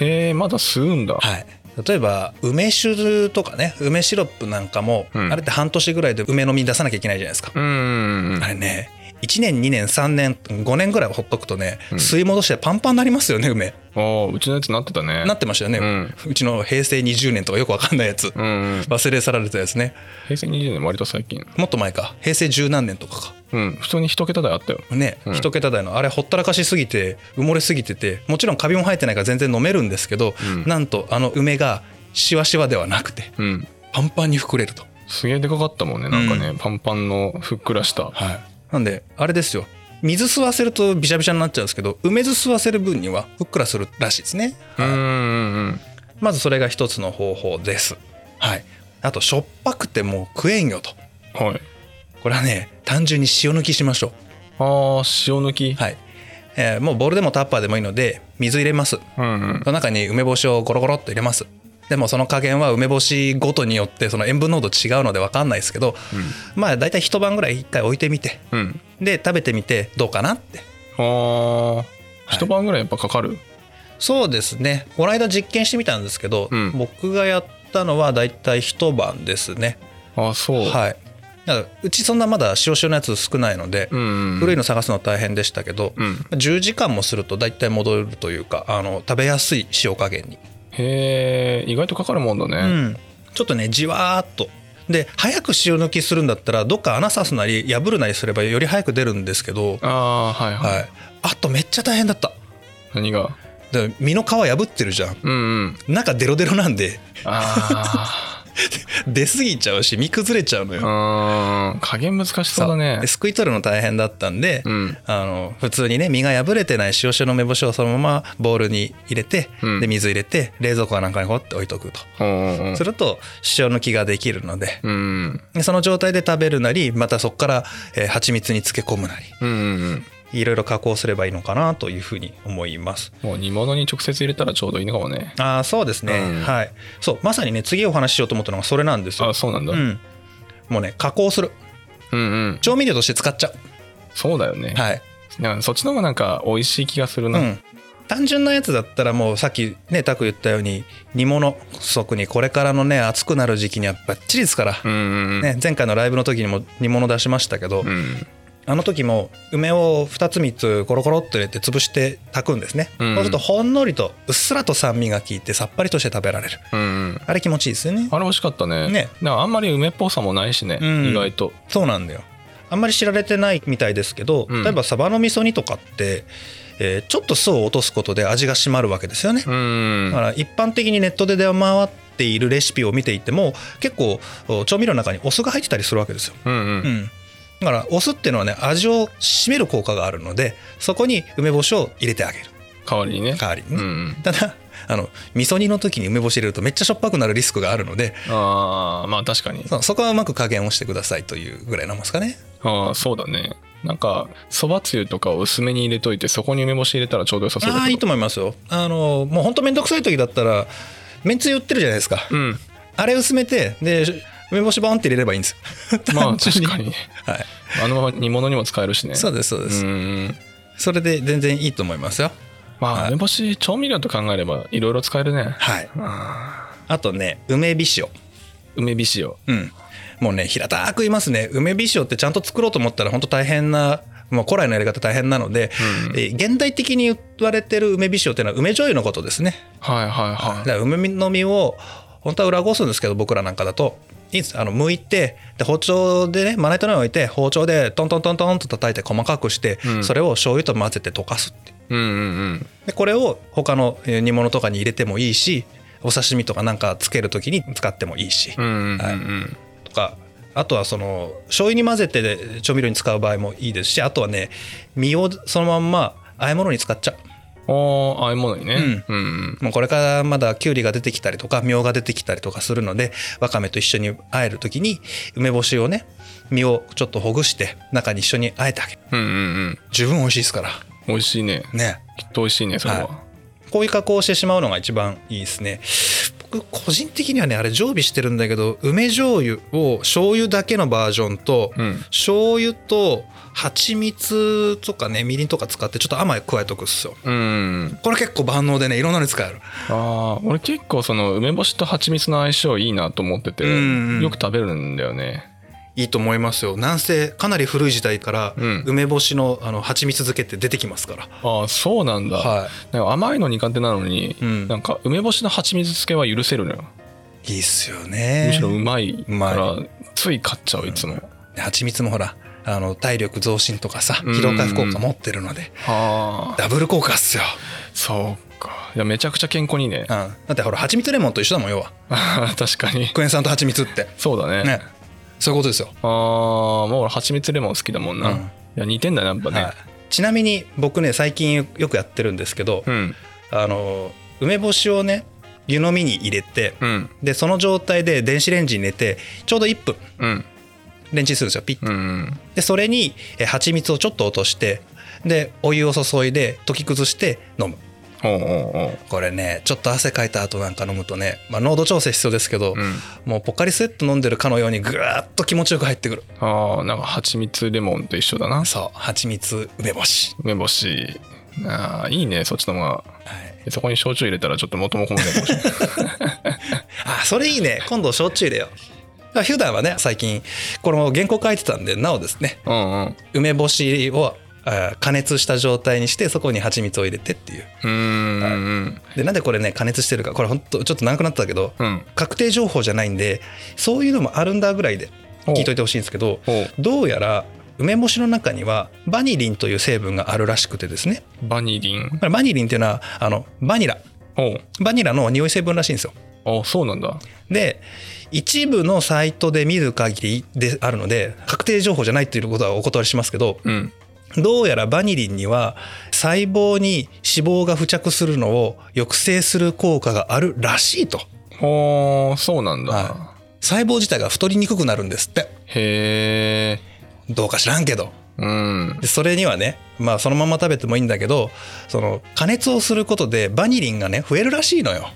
Speaker 1: へえまだ吸うんだ
Speaker 2: はい、例えば梅酒とかね梅シロップなんかも、
Speaker 1: うん
Speaker 2: あれって半年ぐらいで梅の実出さなきゃいけないじゃないですか、
Speaker 1: うんうんうん
Speaker 2: あれね1年2年3年5年ぐらいはほっとくとね、
Speaker 1: うん
Speaker 2: 吸い戻してパンパンになりますよね梅
Speaker 1: おううちのやつなってたね
Speaker 2: なってましたよね、
Speaker 1: うん
Speaker 2: うちの平成20年とかよくわかんないやつ、
Speaker 1: うんうん
Speaker 2: 忘れ去られたやつね
Speaker 1: 平成20年割と最近
Speaker 2: もっと前か平成十何年とかか
Speaker 1: うん普通に一桁台あったよ
Speaker 2: ね、
Speaker 1: うん
Speaker 2: 一桁台のあれほったらかしすぎて埋もれすぎててもちろんカビも生えてないから全然飲めるんですけど、
Speaker 1: うん
Speaker 2: なんとあの梅がシワシワではなくて
Speaker 1: うん
Speaker 2: パンパンに膨れると、
Speaker 1: すげえでかかったもんねなんかね、パンパンのふっくらした
Speaker 2: はい、なんであれですよ水吸わせるとビシャビシャになっちゃうんですけど梅酢吸わせる分にはふっくらするらしいですね、
Speaker 1: うんう
Speaker 2: はい
Speaker 1: んうん
Speaker 2: まずそれが一つの方法ですはいあとしょっぱくてもう食えんよと
Speaker 1: はい
Speaker 2: これはね単純に塩抜きしましょ
Speaker 1: あー塩抜き
Speaker 2: うはい、えーもうボウルでもタッパーでもいいので水入れます
Speaker 1: うんうん
Speaker 2: その中に梅干しをゴロゴロっと入れますでもその加減は梅干しごとによってその塩分濃度違うので分かんないですけど、まあ大体一晩ぐらい一回置いてみて
Speaker 1: うんうん
Speaker 2: で食べてみてどうかなって
Speaker 1: あー一晩ぐらいやっぱかかる
Speaker 2: そうですねこの間実験してみたんですけど、
Speaker 1: うん
Speaker 2: 僕がやったのは大体一晩ですね
Speaker 1: あーそう
Speaker 2: はいだからうちそんなまだ塩塩のやつ少ないので、
Speaker 1: うんうん
Speaker 2: 古いの探すの大変でしたけど、
Speaker 1: うん
Speaker 2: 10時間もすると大体戻るというかあの食べやすい塩加減に
Speaker 1: へえ意外とかかるもんだ
Speaker 2: う
Speaker 1: ね、
Speaker 2: ん、ちょっとねじわーっとで早く塩抜きするんだったらどっか穴刺すなり破るなりすればより早く出るんですけど、
Speaker 1: ああーはいはい、
Speaker 2: はい、あとめっちゃ大変だった
Speaker 1: 何が
Speaker 2: で身の皮破ってるじゃん
Speaker 1: うんうん
Speaker 2: 中デロデロなんで
Speaker 1: あ
Speaker 2: 出過ぎちゃうし身崩れちゃうのよ、
Speaker 1: あうん加減難しそうだね
Speaker 2: で救い取るの大変だったんで、
Speaker 1: うん
Speaker 2: あの普通にね身が破れてない塩塩の梅干しをそのままボウルに入れて、
Speaker 1: うん
Speaker 2: で水入れて冷蔵庫かなんかにこうやって置いとくと、
Speaker 1: おうんうん
Speaker 2: すると塩抜きができるので、
Speaker 1: うん
Speaker 2: でその状態で食べるなりまたそこから、えー蜂蜜に漬け込むなり
Speaker 1: うんうん
Speaker 2: いろいろ加工すればいいのかなというふうに思います
Speaker 1: もう煮物に直接入れたらちょうどいいのかもね
Speaker 2: ああそうですね、
Speaker 1: うん
Speaker 2: はいそうまさにね次お話ししようと思ったのがそれなんです
Speaker 1: あ
Speaker 2: よ
Speaker 1: ーそうなんだ、
Speaker 2: うんもうね加工する
Speaker 1: うんうん
Speaker 2: 調味料として使っちゃ
Speaker 1: そうだよね
Speaker 2: うはい、
Speaker 1: なんかそっちの方がなんか美味しい気がする
Speaker 2: う
Speaker 1: な、
Speaker 2: ん、単純なやつだったらもうさっきねタク言ったように煮物特にこれからのね暑くなる時期にはバッチリですから、
Speaker 1: うんうん
Speaker 2: ね、前回のライブの時にも煮物出しましたけど、
Speaker 1: うん
Speaker 2: あの時も梅を2つ3つコロコロっと入れて潰して炊くんですね、
Speaker 1: うん
Speaker 2: そうするとほんのりとうっすらと酸味が効いてさっぱりとして食べられる
Speaker 1: うんうん
Speaker 2: あれ気持ちいいですよね
Speaker 1: あれ美味しかったね
Speaker 2: ね
Speaker 1: なんかあんまり梅っぽさもないしね、
Speaker 2: うん
Speaker 1: 意外と
Speaker 2: そうなんだよあんまり知られてないみたいですけど、
Speaker 1: うん
Speaker 2: 例えばサバの味噌煮とかって、えーちょっと酢を落とすことで味が締まるわけですよね、
Speaker 1: うんうん
Speaker 2: だから一般的にネットで出回っているレシピを見ていても結構お調味料の中にお酢が入ってたりするわけですよ
Speaker 1: うんう
Speaker 2: うんん、だからお酢っていうのはね味を締める効果があるのでそこに梅干しを入れてあげる
Speaker 1: 代わりにね
Speaker 2: 代わりに
Speaker 1: う
Speaker 2: ね、
Speaker 1: んうん
Speaker 2: ただ あの味噌煮の時に梅干し入れるとめっちゃしょっぱくなるリスクがあるので
Speaker 1: ああまあ確かに
Speaker 2: そそこはうまく加減をしてくださいというぐらいなんですかね
Speaker 1: ああそうだねなんかそばつゆとかを薄めに入れといてそこに梅干し入れたらちょうど良さそうだけど
Speaker 2: ああいいと思いますよあのもうほんとめんどくさい時だったらめんつゆ売ってるじゃないですか、
Speaker 1: うん
Speaker 2: あれ薄めてで梅干しボンって入れればいいんです
Speaker 1: まあ
Speaker 2: 単純
Speaker 1: 確かにね
Speaker 2: はい
Speaker 1: あのまま煮物にも使えるしね
Speaker 2: そうですそうです、
Speaker 1: うん
Speaker 2: それで全然いいと思いますよ
Speaker 1: ま
Speaker 2: は
Speaker 1: あ
Speaker 2: い
Speaker 1: 梅干し調味料と考えればいろいろ使えるね
Speaker 2: はい
Speaker 1: あ
Speaker 2: あとね梅びしお
Speaker 1: ー梅干しを
Speaker 2: うんもうね平たく言いますね梅びしおってちゃんと作ろうと思ったら本当大変なまあ、古来のやり方大変なので、
Speaker 1: うん
Speaker 2: えー現代的に言われてる梅びしおっていうのは梅醤油のことですね
Speaker 1: はいはい
Speaker 2: だ
Speaker 1: は
Speaker 2: から梅の実を本当は裏ごすんですけど僕らなんかだといいんですあの剥いてで包丁でねまな板の上に置いて包丁でトントントントンと叩いて細かくして、
Speaker 1: うん
Speaker 2: それを醤油と混ぜて溶かすって
Speaker 1: いうんうんうん
Speaker 2: でこれを他のえー煮物とかに入れてもいいしお刺身とかなんかつける時に使ってもいいし、
Speaker 1: うんうんうんう
Speaker 2: はい
Speaker 1: ん
Speaker 2: とかあとはその醤油に混ぜてで調味料に使う場合もいいですしあとはね身をそのまんま和え物に使っちゃう
Speaker 1: おーああいうものにねうんうん
Speaker 2: もうこれからまだきゅうりが出てきたりとかみょうが出てきたりとかするのでわかめと一緒に和える時に梅干しをね身をちょっとほぐして中に一緒に和えてあげる
Speaker 1: うんうんうん
Speaker 2: 十分美味しいですから
Speaker 1: 美味しいね
Speaker 2: ね
Speaker 1: きっと美味しいねそれは
Speaker 2: こういう加工をしてしまうのが一番いいですね僕個人的にはねあれ常備してるんだけど梅醤油を醤油だけのバージョンと、
Speaker 1: うん
Speaker 2: 醤油と蜂蜜とかねみりんとか使ってちょっと甘い加えとくっすよ
Speaker 1: うんうん
Speaker 2: これ結構万能でねいろんなのに使える
Speaker 1: あー俺結構その梅干しと蜂蜜の相性いいなと思ってて
Speaker 2: うんうん
Speaker 1: よく食べるんだよね
Speaker 2: いいと思いますよ南西かなり古い時代から
Speaker 1: うん
Speaker 2: 梅干しのあの蜂蜜漬けって出てきますから、
Speaker 1: ああそうなんだ、
Speaker 2: は
Speaker 1: なんか甘いの苦手なのに、
Speaker 2: うん
Speaker 1: なんか梅干しの蜂蜜漬けは許せるのよ、
Speaker 2: いいっすよね
Speaker 1: むしろうまいう
Speaker 2: ま
Speaker 1: か
Speaker 2: い
Speaker 1: らつい買っちゃういつも、
Speaker 2: 蜂蜜もほらあの体力増進とかさ
Speaker 1: うん
Speaker 2: 疲労回復効果持ってるので
Speaker 1: ああ
Speaker 2: ダブル効果っすよ、
Speaker 1: そうかいやめちゃくちゃ健康にいいね
Speaker 2: うん、だってほら蜂蜜レモンと一緒だもん要は
Speaker 1: 確かに
Speaker 2: クエン酸と蜂蜜って
Speaker 1: そうだね
Speaker 2: ねそういうことですよ、
Speaker 1: ああもう俺蜂蜜レモン好きだもんな、
Speaker 2: うん
Speaker 1: いや似てんだねやっぱね、
Speaker 2: はい、ちなみに僕ね最近よくやってるんですけど、
Speaker 1: うん
Speaker 2: あの梅干しをね湯飲みに入れて、
Speaker 1: うん
Speaker 2: でその状態で電子レンジに入れてちょうど1分
Speaker 1: うん
Speaker 2: レンチンするんですよピッて
Speaker 1: うんうん
Speaker 2: でそれにえー蜂蜜をちょっと落としてでお湯を注いで溶き崩して飲む
Speaker 1: おうおうおう
Speaker 2: これねちょっと汗かいた後なんか飲むとね、まあ、濃度調整必要ですけど、
Speaker 1: うん
Speaker 2: もうポカリスエット飲んでるかのようにぐーっと気持ちよく入ってくる
Speaker 1: ああなんか蜂蜜レモンと一緒だな
Speaker 2: そう蜂蜜梅干し、
Speaker 1: 梅干しああいいねそっちの方が
Speaker 2: はい、
Speaker 1: そこに焼酎入れたらちょっと元も子もないかもしれ ない
Speaker 2: あそれいいね今度焼酎入れようだから普段はね最近これも原稿書いてたんでなおですね
Speaker 1: うんうん
Speaker 2: 梅干しをあー加熱した状態にしてそこに蜂蜜を入れてっていう
Speaker 1: うーん
Speaker 2: でなんでこれね加熱してるかこれほんとちょっと長くなったけど
Speaker 1: うん。
Speaker 2: 確定情報じゃないんでそういうのもあるんだぐらいで
Speaker 1: おう
Speaker 2: 聞いといてほしいんですけど
Speaker 1: おう
Speaker 2: どうやら梅干しの中にはバニリンという成分があるらしくてですね
Speaker 1: バニリン。
Speaker 2: バニリンっていうのはあのバニラ
Speaker 1: お
Speaker 2: バニラの匂い成分らしいんですよ
Speaker 1: お。あ、そうなんだ。
Speaker 2: で一部のサイトで見る限りであるので確定情報じゃないということはお断りしますけど
Speaker 1: うん。
Speaker 2: どうやらバニリンには細胞に脂肪が付着するのを抑制する効果があるらしいと
Speaker 1: おーそうなんだ。
Speaker 2: は細胞自体が太りにくくなるんですって
Speaker 1: へえ。
Speaker 2: どうか知らんけど
Speaker 1: うん。
Speaker 2: でそれにはねまあそのまま食べてもいいんだけどその加熱をすることでバニリンがね増えるらしいのよ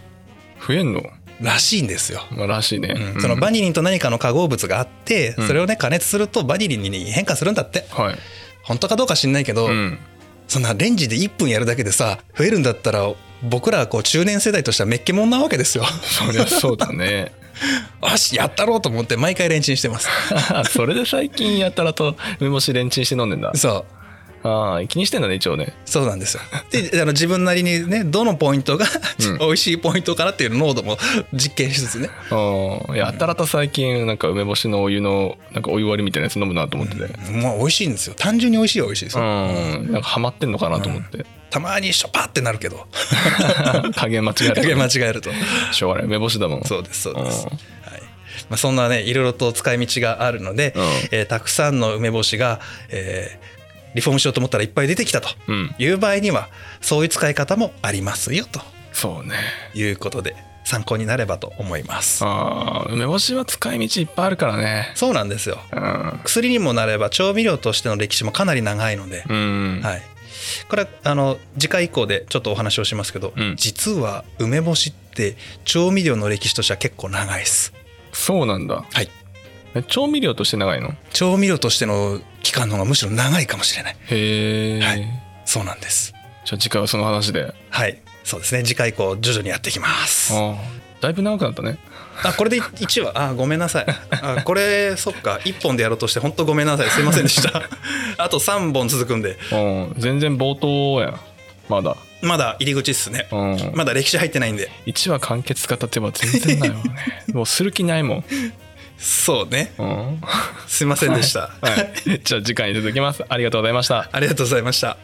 Speaker 1: 増えんの、
Speaker 2: らしいんですよ、
Speaker 1: まあ、らしいね。
Speaker 2: うん
Speaker 1: うん
Speaker 2: そのバニリンと何かの化合物があって
Speaker 1: うん
Speaker 2: それをね加熱するとバニリンに変化するんだって
Speaker 1: はい。
Speaker 2: 本当かどうか知んないけど、
Speaker 1: うん。
Speaker 2: そんなレンジで1分やるだけでさ増えるんだったら僕らはこう中年世代としてはめっけもんなわけですよ
Speaker 1: そりゃそうだね。
Speaker 2: よしやったろうと思って毎回レンチンしてます
Speaker 1: それで最近やたらと梅干しレンチンして飲んでんだ。
Speaker 2: そう
Speaker 1: ああ、気にしてんだね、一応ね。
Speaker 2: そうなんですよ。で、あの自分なりにね、どのポイントが
Speaker 1: うん
Speaker 2: 美味しいポイントかなっていう濃度も実験しつつね。
Speaker 1: うん。やたらと最近、なんか梅干しのお湯の、なんかお湯割りみたいなやつ飲むなと思ってて。うん。
Speaker 2: もう美味しいんですよ。単純に美味しいは美味しいですよ。
Speaker 1: なんかハマってんのかなと思って。
Speaker 2: たまにしょぱってなる けど、
Speaker 1: 加減間違え
Speaker 2: だけ
Speaker 1: る
Speaker 2: 間違えると。
Speaker 1: しょうがない。梅干しだもん。
Speaker 2: そうです、そうです。
Speaker 1: うん
Speaker 2: はい。まあ、そんなね、いろいろと使い道があるので、
Speaker 1: うん
Speaker 2: えーたくさんの梅干しが、えーリフォームしようと思ったらいっぱい出てきたと
Speaker 1: うん
Speaker 2: いう場合にはそういう使い方もありますよと
Speaker 1: そうね
Speaker 2: いうことで参考になればと思います。
Speaker 1: あー梅干しは使い道いっぱいあるからね
Speaker 2: そうなんですよ
Speaker 1: うん
Speaker 2: 薬にもなれば調味料としての歴史もかなり長いので、
Speaker 1: うん、
Speaker 2: はい、これはあの次回以降でちょっとお話をしますけど、
Speaker 1: うん
Speaker 2: 実は梅干しって調味料の歴史としては結構長いです。
Speaker 1: そうなんだ
Speaker 2: はい、
Speaker 1: え調味料として長いの
Speaker 2: 調味料としての期間の方がむしろ長いかもしれない
Speaker 1: へえ、
Speaker 2: はいそうなんです
Speaker 1: じゃあ次回はその話で
Speaker 2: はいそうですね次回以降徐々にやっていきます
Speaker 1: あーだいぶ長くなったね
Speaker 2: あこれで1話あごめんなさいあこれそっか1本でやろうとして本当ごめんなさいすいませんでしたあと3本続くんで
Speaker 1: うん全然冒頭やんまだ
Speaker 2: まだ入り口っすね
Speaker 1: うん
Speaker 2: まだ歴史入ってないんで
Speaker 1: 1話完結型ってば全然ないわねもうする気ないもん、
Speaker 2: そうね
Speaker 1: うんは
Speaker 2: すいませんでした、
Speaker 1: い、じゃあ次回に続きますありがとうございました
Speaker 2: ありがとうございました